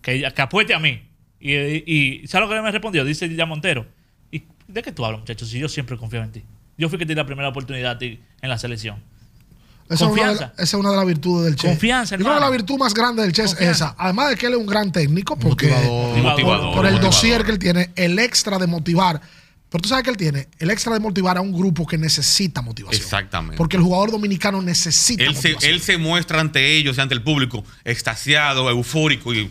[SPEAKER 4] que, que apueste a mí. Y, y ¿sabes lo que él me respondió? Dice ya Montero. ¿Y de qué tú hablas, muchachos? Si yo siempre confío en ti. Yo fui que te di la primera oportunidad a ti en la selección.
[SPEAKER 1] Esa es, una de la-
[SPEAKER 4] Confianza.
[SPEAKER 1] esa es una de las virtudes del Che.
[SPEAKER 4] Confianza,
[SPEAKER 1] Yo creo que la
[SPEAKER 4] hermano.
[SPEAKER 1] virtud más grande del Che es
[SPEAKER 4] Confianza.
[SPEAKER 1] esa. Además de que él es un gran técnico, porque
[SPEAKER 2] Motivador.
[SPEAKER 1] por,
[SPEAKER 3] Motivador.
[SPEAKER 1] por el
[SPEAKER 3] motivador.
[SPEAKER 1] dossier que él tiene, el extra de motivar. Pero tú sabes que él tiene el extra de motivar a un grupo que necesita motivación.
[SPEAKER 3] Exactamente.
[SPEAKER 1] Porque el jugador dominicano necesita
[SPEAKER 3] Él se,
[SPEAKER 1] motivación.
[SPEAKER 3] él se muestra ante ellos y ante el público extasiado, eufórico y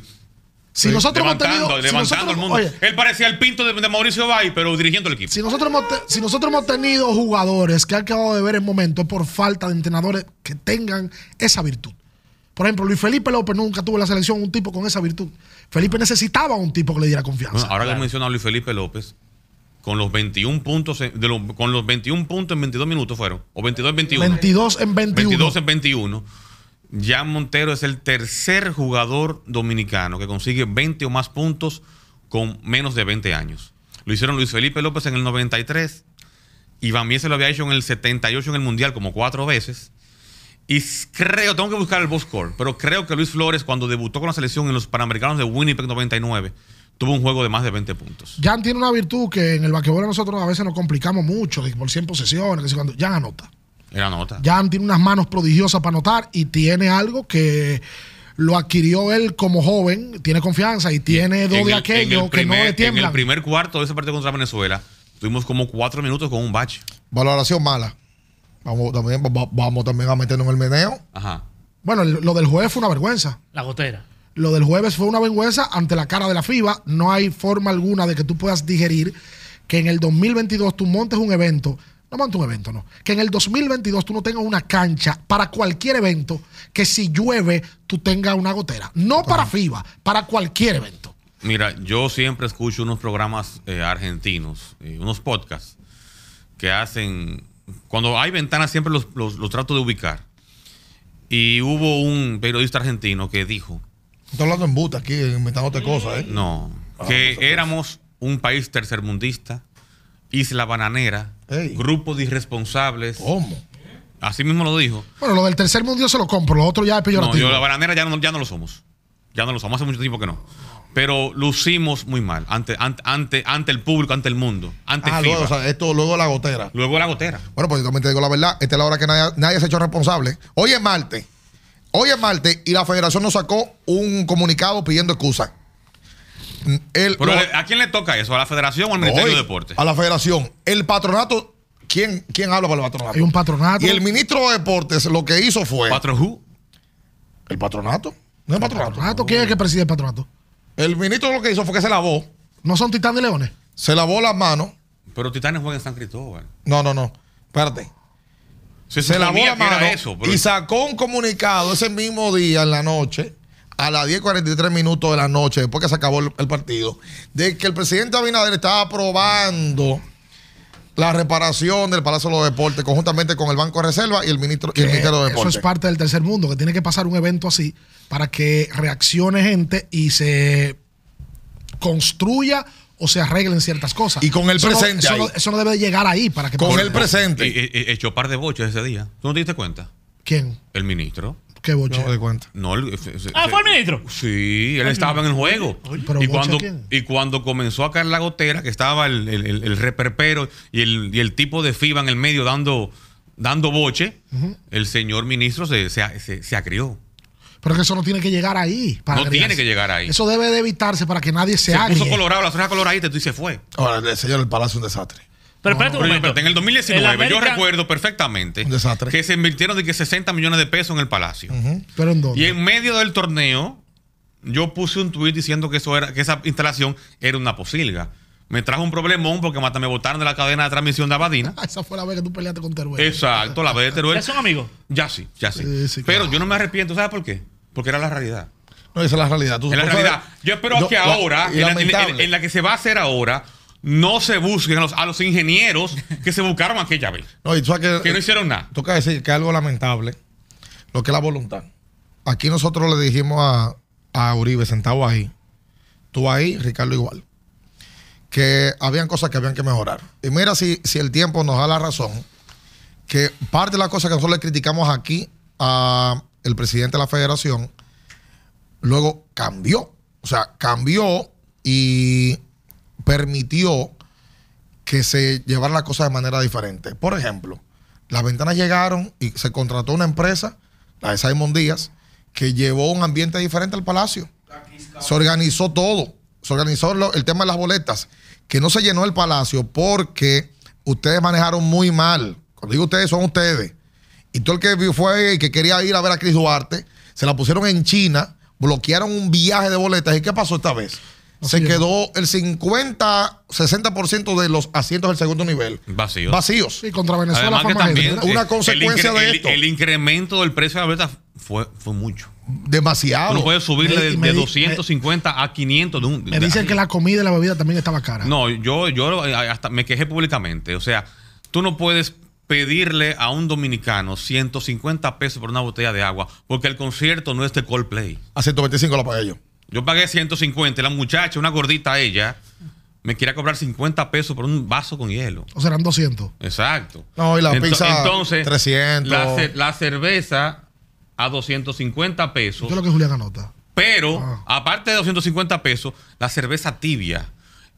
[SPEAKER 1] si nosotros hemos
[SPEAKER 3] levantando,
[SPEAKER 1] tenido. si
[SPEAKER 3] levantando
[SPEAKER 1] nosotros-
[SPEAKER 3] el mundo.
[SPEAKER 1] oye,
[SPEAKER 3] Él parecía el pinto de, de Mauricio Bay, pero dirigiendo el equipo.
[SPEAKER 1] si nosotros, hemos te- si nosotros hemos tenido jugadores que han quedado de ver en momentos por falta de entrenadores que tengan esa virtud. Por ejemplo, Luis Felipe López nunca tuvo en la selección un tipo con esa virtud. Felipe necesitaba un tipo que le diera confianza.
[SPEAKER 3] Bueno, ahora que menciona a Luis Felipe López, con los 21 puntos, en- de los- con los 21 puntos en 22 minutos fueron, o 22 en 21.
[SPEAKER 1] 22 en 21.
[SPEAKER 3] 22 en 21. Jan Montero es el tercer jugador dominicano que consigue 20 o más puntos con menos de 20 años. Lo hicieron Luis Felipe López en el 93. Iván Mies se lo había hecho en el 78 en el Mundial como cuatro veces. Y s- creo, tengo que buscar el box score, pero creo que Luis Flores cuando debutó con la selección en los Panamericanos de Winnipeg 99 tuvo un juego de más de 20 puntos.
[SPEAKER 1] Jan tiene una virtud que en el vaquebol nosotros a veces nos complicamos mucho, que por 100 posesiones, que si cuando. Jan anota.
[SPEAKER 3] Era nota.
[SPEAKER 1] Jan tiene unas manos prodigiosas para anotar y tiene algo que lo adquirió él como joven, tiene confianza y tiene dos
[SPEAKER 3] En
[SPEAKER 1] de
[SPEAKER 3] el- en
[SPEAKER 1] aquello
[SPEAKER 3] el
[SPEAKER 1] que no
[SPEAKER 3] primer-
[SPEAKER 1] le
[SPEAKER 3] En el
[SPEAKER 1] tiemblan.
[SPEAKER 3] primer cuarto de ese partido contra Venezuela tuvimos como cuatro minutos con un bache.
[SPEAKER 2] Valoración mala. Vamos también, va- vamos también a meternos en el meneo.
[SPEAKER 3] Ajá.
[SPEAKER 1] Bueno, lo del jueves fue una vergüenza.
[SPEAKER 4] La gotera.
[SPEAKER 1] Lo del jueves fue una vergüenza ante la cara de la FIBA. No hay forma alguna de que tú puedas digerir que en el 2022 tú montes un evento. No montes un evento, no. Que en el 2022 tú no tengas una cancha para cualquier evento que si llueve tú tengas una gotera. No para FIBA, para cualquier evento.
[SPEAKER 3] Mira, yo siempre escucho unos programas eh, argentinos, eh, unos podcasts que hacen. Cuando hay ventanas, siempre los, los- los trato de ubicar. Y hubo un periodista argentino que dijo:
[SPEAKER 2] Estoy hablando en buta aquí, inventándote cosas, ¿eh?
[SPEAKER 3] No, que éramos un país tercermundista, isla bananera,
[SPEAKER 2] Ey. Oh.
[SPEAKER 3] grupo de irresponsables.
[SPEAKER 2] ¿Cómo?
[SPEAKER 3] Así mismo lo dijo.
[SPEAKER 1] Bueno, lo del tercer mundial se lo compro, lo otro ya es
[SPEAKER 3] No,
[SPEAKER 1] peyorativo.
[SPEAKER 3] yo la bananera ya no, ya no lo somos. Ya no lo somos. Hace mucho tiempo que no. Pero lucimos muy mal ante, ante, ante, ante el público, ante el mundo, ante
[SPEAKER 2] Ah,
[SPEAKER 3] FIBA.
[SPEAKER 2] luego, o sea, esto luego la gotera.
[SPEAKER 3] Luego la gotera.
[SPEAKER 2] Bueno, pues yo también te digo la verdad, esta es la hora que nadie, nadie se ha hecho responsable. Hoy es martes. Hoy es martes y la federación nos sacó un comunicado pidiendo excusa. Mm, El,
[SPEAKER 3] Pero
[SPEAKER 2] lo-
[SPEAKER 3] le- ¿a quién le toca eso? ¿A la federación o al Ministerio
[SPEAKER 2] hoy,
[SPEAKER 3] de Deportes?
[SPEAKER 2] A la federación. El patronato, ¿quién, quién habla para el patronato?
[SPEAKER 1] Hay un patronato.
[SPEAKER 2] Y el ministro de Deportes lo que hizo fue...
[SPEAKER 3] ¿Patro Ju?
[SPEAKER 2] ¿El patronato? No es patronato.
[SPEAKER 1] patronato. ¿Quién es el que preside el patronato?
[SPEAKER 2] El ministro lo que hizo fue que se lavó,
[SPEAKER 1] ¿No son Titán de Leones?
[SPEAKER 2] se lavó las manos.
[SPEAKER 3] Pero Titanes juega en San Cristóbal.
[SPEAKER 2] No, no, no. Espérate.
[SPEAKER 3] Se,
[SPEAKER 2] se lavó
[SPEAKER 3] suponía
[SPEAKER 2] la
[SPEAKER 3] que era
[SPEAKER 2] mano
[SPEAKER 3] eso, pero-
[SPEAKER 2] y sacó un comunicado ese mismo día en la noche, a las 10.43 minutos de la noche, después que se acabó el, el partido, de que el presidente Abinader estaba aprobando la reparación del Palacio de los Deportes conjuntamente con el Banco de Reserva y el ministro y
[SPEAKER 3] Eh,
[SPEAKER 2] el Ministerio de
[SPEAKER 1] Eh, Eso
[SPEAKER 2] Deportes.
[SPEAKER 1] es parte del tercer mundo, que tiene que pasar un evento así para que reaccione gente y se construya o se arreglen ciertas cosas.
[SPEAKER 2] Y con el
[SPEAKER 1] Eso no-
[SPEAKER 2] presente
[SPEAKER 1] eso,
[SPEAKER 2] ahí.
[SPEAKER 1] No, eso no debe de llegar ahí para que
[SPEAKER 2] con
[SPEAKER 1] pase.
[SPEAKER 2] el presente.
[SPEAKER 3] y- y- y- e, echó par de boches ese día. ¿Tú no te diste cuenta?
[SPEAKER 1] ¿Quién?
[SPEAKER 3] El ministro.
[SPEAKER 1] ¿Qué
[SPEAKER 2] Yo
[SPEAKER 1] boche?
[SPEAKER 2] no me doy cuenta.
[SPEAKER 3] No, el- se- se-
[SPEAKER 4] Ah,
[SPEAKER 3] se-
[SPEAKER 4] fue el ministro.
[SPEAKER 3] Sí, él estaba en el juego.
[SPEAKER 1] Pero
[SPEAKER 3] y,
[SPEAKER 1] Bocha,
[SPEAKER 3] cuando,
[SPEAKER 1] ¿quién?
[SPEAKER 3] y cuando comenzó a caer la gotera, que estaba el, el- el- el reperpero y el, y el tipo de FIBA en el medio dando, dando boche, el señor ministro se, se, se- se acrió.
[SPEAKER 1] Pero que eso no tiene que llegar ahí. para
[SPEAKER 3] No tiene
[SPEAKER 1] agregarse.
[SPEAKER 3] que llegar ahí.
[SPEAKER 1] Eso debe de evitarse para que nadie se,
[SPEAKER 3] Se
[SPEAKER 1] agrie.
[SPEAKER 3] puso colorado, las orejas coloraditas y se fue.
[SPEAKER 2] Ahora, el señor, el Palacio es un desastre.
[SPEAKER 4] Pero espérate un
[SPEAKER 3] Pero,
[SPEAKER 4] momento.
[SPEAKER 3] espérate, en el 2019
[SPEAKER 4] El
[SPEAKER 3] yo
[SPEAKER 4] América-
[SPEAKER 3] recuerdo perfectamente
[SPEAKER 2] Un desastre.
[SPEAKER 3] que se invirtieron de que 60 millones de pesos en el Palacio.
[SPEAKER 1] Pero en ¿Eh? dónde?
[SPEAKER 3] Y en medio del torneo yo puse un tuit diciendo que eso era, que esa instalación era una posilga. Me trajo un problemón porque hasta me botaron de la cadena de transmisión de Abadina.
[SPEAKER 1] Ah, Esa fue la vez que tú peleaste con Teruel.
[SPEAKER 3] Exacto, la vez de Teruel.
[SPEAKER 4] ¿Ya son amigos?
[SPEAKER 3] Ya sí, ya sí.
[SPEAKER 1] Sí, sí,
[SPEAKER 3] Pero
[SPEAKER 1] claro.
[SPEAKER 3] yo no me arrepiento, ¿sabes por qué? Porque era la realidad.
[SPEAKER 2] No, esa es la realidad. Tú-
[SPEAKER 3] Es la
[SPEAKER 2] tú sabes-
[SPEAKER 3] realidad. Yo espero
[SPEAKER 2] No,
[SPEAKER 3] que
[SPEAKER 2] la-
[SPEAKER 3] ahora, en la, en-
[SPEAKER 2] pues, lamentable.
[SPEAKER 3] en- en la que se va a hacer ahora, no se busquen a los, a los ingenieros que se buscaron aquella vez.
[SPEAKER 2] No, y tú sabes
[SPEAKER 3] Que no hicieron nada.
[SPEAKER 2] toca decir que es algo lamentable, lo que es la voluntad. Aquí nosotros le dijimos a, a Uribe, sentado ahí, tú ahí, Ricardo igual, que habían cosas que habían que mejorar. Y mira si, si el tiempo nos da la razón, que parte de las cosas que nosotros le criticamos aquí a el presidente de la federación, luego cambió. O sea, cambió y permitió que se llevaran las cosas de manera diferente. Por ejemplo, las ventanas llegaron y se contrató una empresa, la de Simon Díaz, que llevó un ambiente diferente al palacio. Se organizó todo. Se organizó lo- el tema de las boletas, que no se llenó el palacio porque ustedes manejaron muy mal. Cuando digo ustedes, son ustedes. Y todo el que vi- fue y que quería ir a ver a Cris Duarte, se la pusieron en China, bloquearon un viaje de boletas. ¿Y qué pasó esta vez? se
[SPEAKER 1] Así es.
[SPEAKER 2] quedó el 50, 60% de los asientos del segundo nivel
[SPEAKER 3] Vacíos.
[SPEAKER 2] vacíos.
[SPEAKER 1] Sí, contra Venezuela
[SPEAKER 3] Además que
[SPEAKER 1] fue más
[SPEAKER 3] también
[SPEAKER 1] gente, ¿verdad?
[SPEAKER 2] una
[SPEAKER 3] eh,
[SPEAKER 2] consecuencia
[SPEAKER 3] el incre-
[SPEAKER 2] de
[SPEAKER 3] el-
[SPEAKER 2] esto.
[SPEAKER 3] El, incremento del precio de la boleta fue, fue mucho.
[SPEAKER 2] Demasiado.
[SPEAKER 3] Uno puede subirle
[SPEAKER 1] Ah, me-
[SPEAKER 3] de,
[SPEAKER 1] me
[SPEAKER 3] de
[SPEAKER 1] di-
[SPEAKER 3] 250 a 500 de un.
[SPEAKER 1] Me
[SPEAKER 3] de-
[SPEAKER 1] dicen que la comida y la bebida también estaba cara.
[SPEAKER 3] eh, No, yo, yo eh, hasta me quejé públicamente. O sea, tú no puedes pedirle a un dominicano 150 pesos por una botella de agua porque el concierto no es de Coldplay.
[SPEAKER 2] A 125 la pagué yo.
[SPEAKER 3] Yo pagué 150 y la muchacha, una gordita ella, me quería cobrar 50 pesos por un vaso con hielo.
[SPEAKER 1] O serán 200.
[SPEAKER 3] Exacto.
[SPEAKER 2] No, y la pizza, 300.
[SPEAKER 3] La, ce- la cerveza a 250
[SPEAKER 1] Yo
[SPEAKER 3] pesos.
[SPEAKER 1] lo que Julián anota.
[SPEAKER 3] Pero,
[SPEAKER 1] Ah.
[SPEAKER 3] aparte de 250 pesos, la cerveza tibia.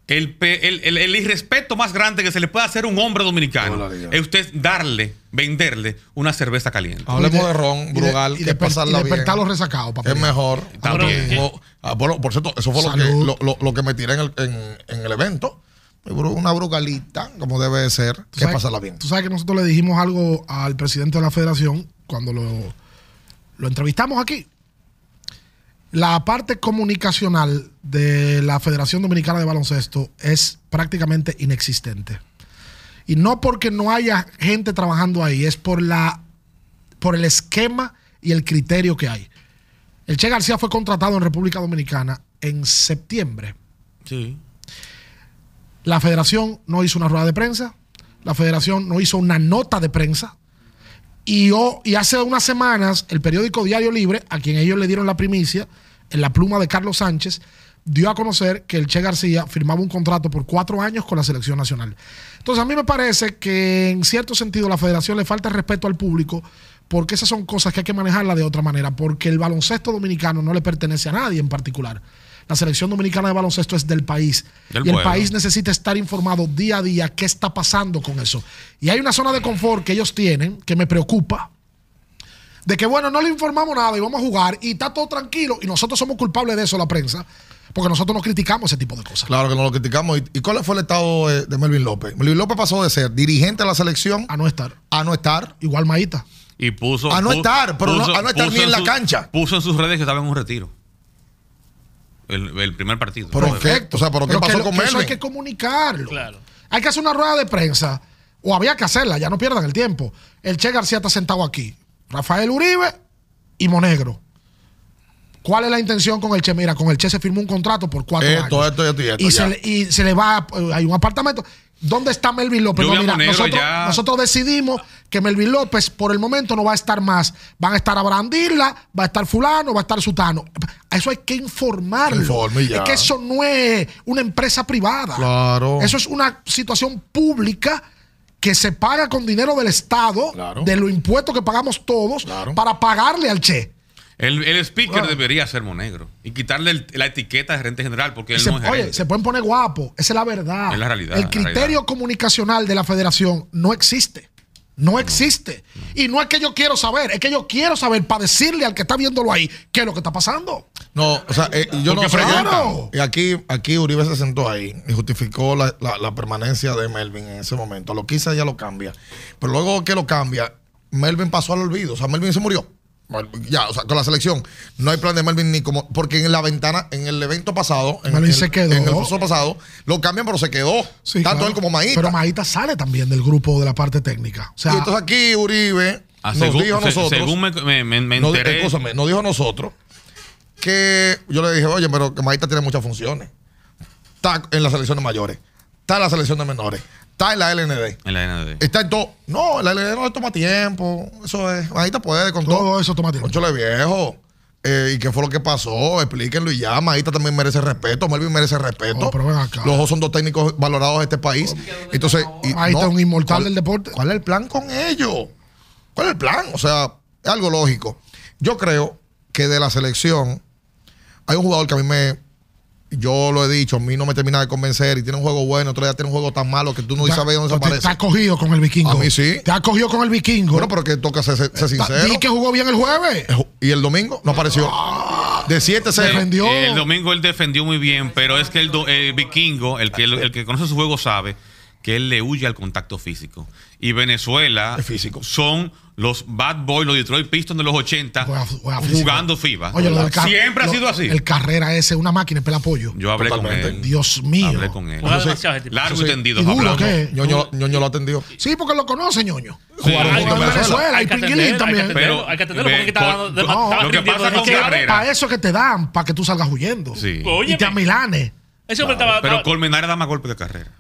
[SPEAKER 3] El, pe- el- el- el irrespeto más grande que se le puede hacer a un hombre dominicano
[SPEAKER 2] Hola, Liga.
[SPEAKER 3] es usted darle, venderle una cerveza caliente.
[SPEAKER 2] Hablemos
[SPEAKER 1] Y
[SPEAKER 2] de ron,
[SPEAKER 1] y de-
[SPEAKER 2] Brugal,
[SPEAKER 1] y
[SPEAKER 2] que
[SPEAKER 1] desper-
[SPEAKER 2] pasarla
[SPEAKER 1] y despertar
[SPEAKER 2] bien.
[SPEAKER 1] los resacados, papá.
[SPEAKER 2] Es mejor.
[SPEAKER 3] También.
[SPEAKER 2] Pero, o- ah, bueno, por cierto, eso fue lo que,
[SPEAKER 1] Salud.
[SPEAKER 2] lo, lo- lo que me tiré en el, en- en el evento. Pues, Una brugalita, como debe de ser,
[SPEAKER 1] Tú
[SPEAKER 2] que
[SPEAKER 1] sabes-
[SPEAKER 2] pasarla bien.
[SPEAKER 1] Tú sabes que nosotros le dijimos algo al presidente de la federación cuando lo, lo entrevistamos aquí. La parte comunicacional de la Federación Dominicana de Baloncesto es prácticamente inexistente. Y no porque no haya gente trabajando ahí, es por, la, por el esquema y el criterio que hay. El Che García fue contratado en República Dominicana en septiembre.
[SPEAKER 3] Sí.
[SPEAKER 1] La federación no hizo una rueda de prensa, la federación no hizo una nota de prensa. Y, ho- y hace unas semanas, el periódico Diario Libre, a quien ellos le dieron la primicia, en la pluma de Carlos Sánchez, dio a conocer que el Che García firmaba un contrato por cuatro años con la selección nacional. Entonces, a mí me parece que en cierto sentido la federación le falta el respeto al público, porque esas son cosas que hay que manejarlas de otra manera, porque el baloncesto dominicano no le pertenece a nadie en particular. La selección dominicana de baloncesto es del país.
[SPEAKER 3] Del
[SPEAKER 1] y el
[SPEAKER 3] pueblo.
[SPEAKER 1] país necesita estar informado día a día qué está pasando con eso. Y hay una zona de confort que ellos tienen que me preocupa. De que, bueno, no le informamos nada y vamos a jugar y está todo tranquilo y nosotros somos culpables de eso, la prensa, porque nosotros no criticamos ese tipo de cosas.
[SPEAKER 2] Claro que no lo criticamos. ¿Y, y cuál fue el estado eh, de, Melvin López? Melvin López pasó de ser dirigente de la selección
[SPEAKER 1] A no estar.
[SPEAKER 2] a no estar.
[SPEAKER 1] Igual Maíta.
[SPEAKER 3] Y puso.
[SPEAKER 2] A no
[SPEAKER 3] pu-
[SPEAKER 2] estar, pero no- a no estar ni en
[SPEAKER 3] su-
[SPEAKER 2] la cancha.
[SPEAKER 3] Puso en sus redes que estaba en un retiro. El, el primer partido.
[SPEAKER 2] Pero qué, o sea, pero qué
[SPEAKER 1] Pero que
[SPEAKER 2] pasó
[SPEAKER 1] lo-
[SPEAKER 2] con
[SPEAKER 1] que Eso hay
[SPEAKER 2] Melvin.
[SPEAKER 1] que comunicarlo.
[SPEAKER 4] Claro.
[SPEAKER 1] Hay que hacer una rueda de prensa, o había que hacerla, ya no pierdan el tiempo. El Che García está sentado aquí. Rafael Uribe y Monegro. ¿Cuál es la intención con el Che? Mira, con el Che se firmó un contrato por cuatro
[SPEAKER 2] Esto,
[SPEAKER 1] años.
[SPEAKER 2] esto, esto y esto,
[SPEAKER 1] Y
[SPEAKER 2] ya.
[SPEAKER 1] se, le, y se le va, eh, hay un apartamento. ¿Dónde está Melvin López?
[SPEAKER 3] Yo vi a Monegro
[SPEAKER 1] nosotros,
[SPEAKER 3] ya.
[SPEAKER 1] nosotros decidimos que Melvin López por el momento no va a estar más. Van a estar Abrandila, va a estar fulano, va a estar sutano. Eso hay que informarlo.
[SPEAKER 2] Informe y ya.
[SPEAKER 1] Es que eso no es una empresa privada.
[SPEAKER 2] Claro.
[SPEAKER 1] Eso es una situación pública que se paga con dinero del Estado,
[SPEAKER 2] Claro.
[SPEAKER 1] de los impuestos que pagamos todos,
[SPEAKER 2] Claro.
[SPEAKER 1] para pagarle al Che.
[SPEAKER 3] El, el speaker
[SPEAKER 2] Ah.
[SPEAKER 3] debería ser Monegro y quitarle el- la etiqueta de gerente general porque
[SPEAKER 1] Y
[SPEAKER 3] él
[SPEAKER 1] se-
[SPEAKER 3] no es gerente.
[SPEAKER 1] oye, se pueden poner guapos. Esa es la verdad.
[SPEAKER 3] Es la realidad,
[SPEAKER 1] El
[SPEAKER 3] la
[SPEAKER 1] criterio
[SPEAKER 3] realidad.
[SPEAKER 1] comunicacional de la federación no existe. No existe. Y no es que yo quiero saber, es que yo quiero saber para decirle al que está viéndolo ahí qué es lo que está pasando.
[SPEAKER 2] No, o sea, eh, yo
[SPEAKER 3] Porque
[SPEAKER 2] no sé.
[SPEAKER 1] preguntan.
[SPEAKER 2] Y aquí, aquí Uribe se sentó ahí y justificó la, la- la permanencia de Melvin en ese momento. A los 15 ya lo cambia. Pero luego que lo cambia, Melvin pasó al olvido. O sea, Melvin se murió. Bueno, Ya, o sea, con la selección. No hay plan de Melvin ni como. Porque en la ventana, en el evento pasado, en,
[SPEAKER 1] Melvin
[SPEAKER 2] el,
[SPEAKER 1] se quedó.
[SPEAKER 2] en el proceso pasado, lo cambian, pero se quedó.
[SPEAKER 1] Sí,
[SPEAKER 2] tanto
[SPEAKER 1] claro.
[SPEAKER 2] él como Maíta.
[SPEAKER 1] Pero Maíta sale también del grupo de la parte técnica. O sea,
[SPEAKER 2] y entonces aquí Uribe
[SPEAKER 3] Ah,
[SPEAKER 2] nos
[SPEAKER 3] según,
[SPEAKER 2] dijo a
[SPEAKER 3] se-
[SPEAKER 2] nosotros.
[SPEAKER 3] según me, me- me- me
[SPEAKER 2] nos, di-
[SPEAKER 3] enteré.
[SPEAKER 2] escúchame, nos dijo a nosotros que yo le dije, oye, pero que Maíta tiene muchas funciones. Está en las selecciones mayores, está en la selección de menores, está en la LND.
[SPEAKER 3] en la ND.
[SPEAKER 2] Está en todo. No, la LND no le toma tiempo. Eso es. Maíta puede con todo.
[SPEAKER 1] todo eso toma tiempo.
[SPEAKER 2] Conchole viejo. Eh, ¿Y qué fue lo que pasó? Explíquenlo y ya. Maíta también merece respeto. Melvin merece respeto.
[SPEAKER 1] Oh, pero ven acá.
[SPEAKER 2] Los dos son dos técnicos valorados de este país. Entonces, y-
[SPEAKER 1] Maíta es un inmortal
[SPEAKER 2] ¿cuál-
[SPEAKER 1] del deporte.
[SPEAKER 2] ¿Cuál es el plan con ellos? ¿Cuál es el plan? O sea, es algo lógico. Yo creo que de la selección hay un jugador que a mí me. Yo lo he dicho, a mí no me termina de convencer y tiene un juego bueno, otro día tiene un juego tan malo que tú no
[SPEAKER 1] Ya,
[SPEAKER 2] sabes dónde se
[SPEAKER 1] te- Te
[SPEAKER 2] aparece.
[SPEAKER 1] has cogido con el vikingo.
[SPEAKER 2] A mí sí.
[SPEAKER 1] Te has cogido con el vikingo.
[SPEAKER 2] Bueno, pero que toca ser, ser
[SPEAKER 1] Ta-
[SPEAKER 2] sincero.
[SPEAKER 1] Di que jugó bien el jueves.
[SPEAKER 2] Y el domingo no apareció. De 7 0
[SPEAKER 1] Defendió.
[SPEAKER 3] Eh, El domingo él defendió muy bien, pero es que el, do- el vikingo, el que, el que conoce su juego sabe que él le huye al contacto físico. Y Venezuela
[SPEAKER 2] Es físico.
[SPEAKER 3] son los Bad Boys, los Detroit Pistons de los 80
[SPEAKER 1] Juega- juega físico.
[SPEAKER 3] jugando FIBA.
[SPEAKER 1] Oye, lo del Car-
[SPEAKER 3] Siempre
[SPEAKER 1] lo-
[SPEAKER 3] ha sido así.
[SPEAKER 1] El carrera ese, una máquina, el apoyo.
[SPEAKER 3] Yo hablé con él.
[SPEAKER 2] Totalmente.
[SPEAKER 1] Dios mío.
[SPEAKER 3] Hablé con él.
[SPEAKER 4] Juega demasiado ese tipo.
[SPEAKER 3] Largo y
[SPEAKER 2] sí.
[SPEAKER 3] tendido.
[SPEAKER 1] Y duro,
[SPEAKER 3] hablamos.
[SPEAKER 1] ¿qué?
[SPEAKER 2] Ñoño, Ñoño lo atendió.
[SPEAKER 1] Sí, porque lo conoce, ñoño.
[SPEAKER 3] Sí,
[SPEAKER 2] Jugaron
[SPEAKER 3] hay
[SPEAKER 2] con
[SPEAKER 3] que-
[SPEAKER 1] Venezuela.
[SPEAKER 4] Hay
[SPEAKER 1] y
[SPEAKER 4] que
[SPEAKER 1] Pinguilín
[SPEAKER 4] atenderlo, hay que
[SPEAKER 1] también.
[SPEAKER 4] atenderlo, hay que atenderlo
[SPEAKER 3] Pero-
[SPEAKER 4] porque estaba dando-
[SPEAKER 3] con-
[SPEAKER 4] de-
[SPEAKER 3] con-
[SPEAKER 4] estaba
[SPEAKER 3] lo que
[SPEAKER 4] rindiendo
[SPEAKER 3] pasa
[SPEAKER 4] de
[SPEAKER 3] con
[SPEAKER 4] demasiado.
[SPEAKER 3] Carrera.
[SPEAKER 1] Para eso que te dan, para que tú salgas huyendo.
[SPEAKER 3] Sí.
[SPEAKER 1] Y
[SPEAKER 4] Oye,
[SPEAKER 1] te amilanes.
[SPEAKER 4] ese hombre estaba-
[SPEAKER 3] Pero
[SPEAKER 4] estaba-
[SPEAKER 3] Colmenares da más golpe de carrera.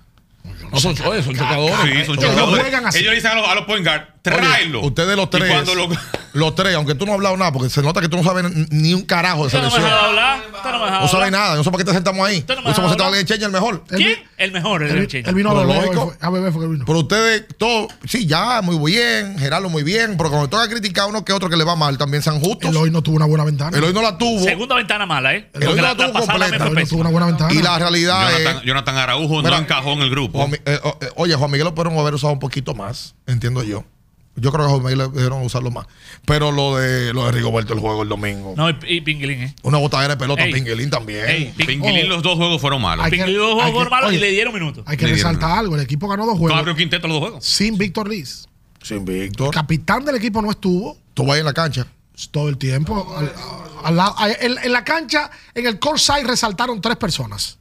[SPEAKER 2] No son choques, son chocadores.
[SPEAKER 3] Sí, son
[SPEAKER 1] Ellos
[SPEAKER 3] chocadores.
[SPEAKER 1] juegan así.
[SPEAKER 3] Ellos le dicen a los, a los point guard,
[SPEAKER 2] Oye,
[SPEAKER 3] tráelo.
[SPEAKER 2] Ustedes los
[SPEAKER 3] Y
[SPEAKER 2] tres.
[SPEAKER 3] cuando lo-
[SPEAKER 2] Los tres, aunque tú no has hablado nada, porque se nota que tú no sabes ni un carajo de
[SPEAKER 4] Usted no me
[SPEAKER 2] selección.
[SPEAKER 4] ha dejado hablar. Usted no me ha dejado
[SPEAKER 2] No sabes
[SPEAKER 4] hablar.
[SPEAKER 2] nada, no sé por qué te sentamos ahí.
[SPEAKER 4] Usted no me
[SPEAKER 2] Nos
[SPEAKER 4] ha
[SPEAKER 2] hemos sentado
[SPEAKER 4] hablado.
[SPEAKER 2] en el Cheña, el mejor.
[SPEAKER 1] Él
[SPEAKER 4] ¿Quién? El mejor, el,
[SPEAKER 1] Él,
[SPEAKER 4] del Cheño.
[SPEAKER 1] él vino a
[SPEAKER 2] Pero
[SPEAKER 1] beber. él
[SPEAKER 2] lógico.
[SPEAKER 1] fue- A beber fue que vino.
[SPEAKER 2] Pero ustedes, todos, sí, ya, muy bien, Gerardo muy bien, pero cuando toca criticar a uno que otro que le va mal, también sean justos.
[SPEAKER 1] El hoy no tuvo una buena ventana.
[SPEAKER 2] El hoy no la tuvo.
[SPEAKER 4] Segunda ventana mala, ¿eh?
[SPEAKER 2] Pero
[SPEAKER 4] Porque
[SPEAKER 2] no la
[SPEAKER 4] la,
[SPEAKER 2] tuvo
[SPEAKER 4] la pasada
[SPEAKER 2] completa.
[SPEAKER 4] me
[SPEAKER 1] El hoy
[SPEAKER 4] fue
[SPEAKER 1] no tuvo una
[SPEAKER 4] pésima.
[SPEAKER 1] buena ventana.
[SPEAKER 2] Y la realidad
[SPEAKER 3] Jonathan,
[SPEAKER 2] es.
[SPEAKER 3] Jonathan Araujo
[SPEAKER 2] Mira,
[SPEAKER 3] no encajó en el grupo.
[SPEAKER 2] Juan Mi- eh, oh, eh, oye, Juan Miguel lo pudieron haber usado un poquito más, entiendo yo. Yo creo que a Juan Miguel le pudieron usarlo más. Pero lo de lo de Rigoberto el juego el domingo.
[SPEAKER 4] No, y, y Pinguilín, ¿eh?
[SPEAKER 2] Una botadera de pelota,
[SPEAKER 4] Ey.
[SPEAKER 2] Pinguelín también.
[SPEAKER 4] Ey.
[SPEAKER 3] Pinguilín, los dos juegos fueron malos.
[SPEAKER 1] Hay que-
[SPEAKER 4] Pinguilín jugó
[SPEAKER 1] hay que-
[SPEAKER 4] por malo y
[SPEAKER 1] oye,
[SPEAKER 4] le dieron minutos.
[SPEAKER 1] Hay que
[SPEAKER 3] Le dieron
[SPEAKER 1] resaltar
[SPEAKER 3] nada.
[SPEAKER 1] algo. El equipo ganó dos
[SPEAKER 3] No
[SPEAKER 1] juegos
[SPEAKER 3] abrió quinteto los dos juegos.
[SPEAKER 1] sin Víctor Liz.
[SPEAKER 2] Sin Víctor.
[SPEAKER 1] Capitán del equipo no estuvo
[SPEAKER 2] Tú vas ahí en la cancha.
[SPEAKER 1] todo el tiempo. Al- al lado- a- en, en la cancha, en el core side, resaltaron tres personas.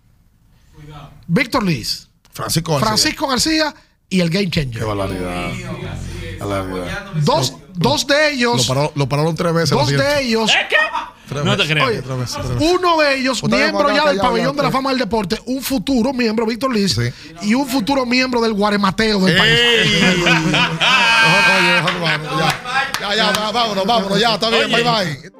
[SPEAKER 1] Víctor Liz,
[SPEAKER 2] Francisco García.
[SPEAKER 1] Francisco García y el Game
[SPEAKER 2] Qué
[SPEAKER 1] Changer.
[SPEAKER 2] barbaridad. Barbaridad.
[SPEAKER 1] Dos, dos de
[SPEAKER 2] Lo
[SPEAKER 1] ellos,
[SPEAKER 2] paró- lo pararon tres veces.
[SPEAKER 1] dos
[SPEAKER 2] lo siento.
[SPEAKER 1] de ellos,
[SPEAKER 4] ¿Es que? No te creo.
[SPEAKER 1] Oye,
[SPEAKER 2] Otra vez, otra vez.
[SPEAKER 1] uno de ellos,
[SPEAKER 2] Otra vez,
[SPEAKER 1] miembro
[SPEAKER 2] acá,
[SPEAKER 1] ya
[SPEAKER 2] acá,
[SPEAKER 1] del
[SPEAKER 2] ya,
[SPEAKER 1] pabellón
[SPEAKER 2] ya,
[SPEAKER 1] de la
[SPEAKER 2] acá.
[SPEAKER 1] fama del deporte, un futuro miembro, Víctor Liz,
[SPEAKER 2] Sí.
[SPEAKER 1] y un futuro miembro del Guaremateo del país.
[SPEAKER 2] ¡Ey! Oye, oye, hermano, ya. Ya, ya, va- vámonos, vámonos, ya, está bien,
[SPEAKER 4] Oye.
[SPEAKER 2] bye bye.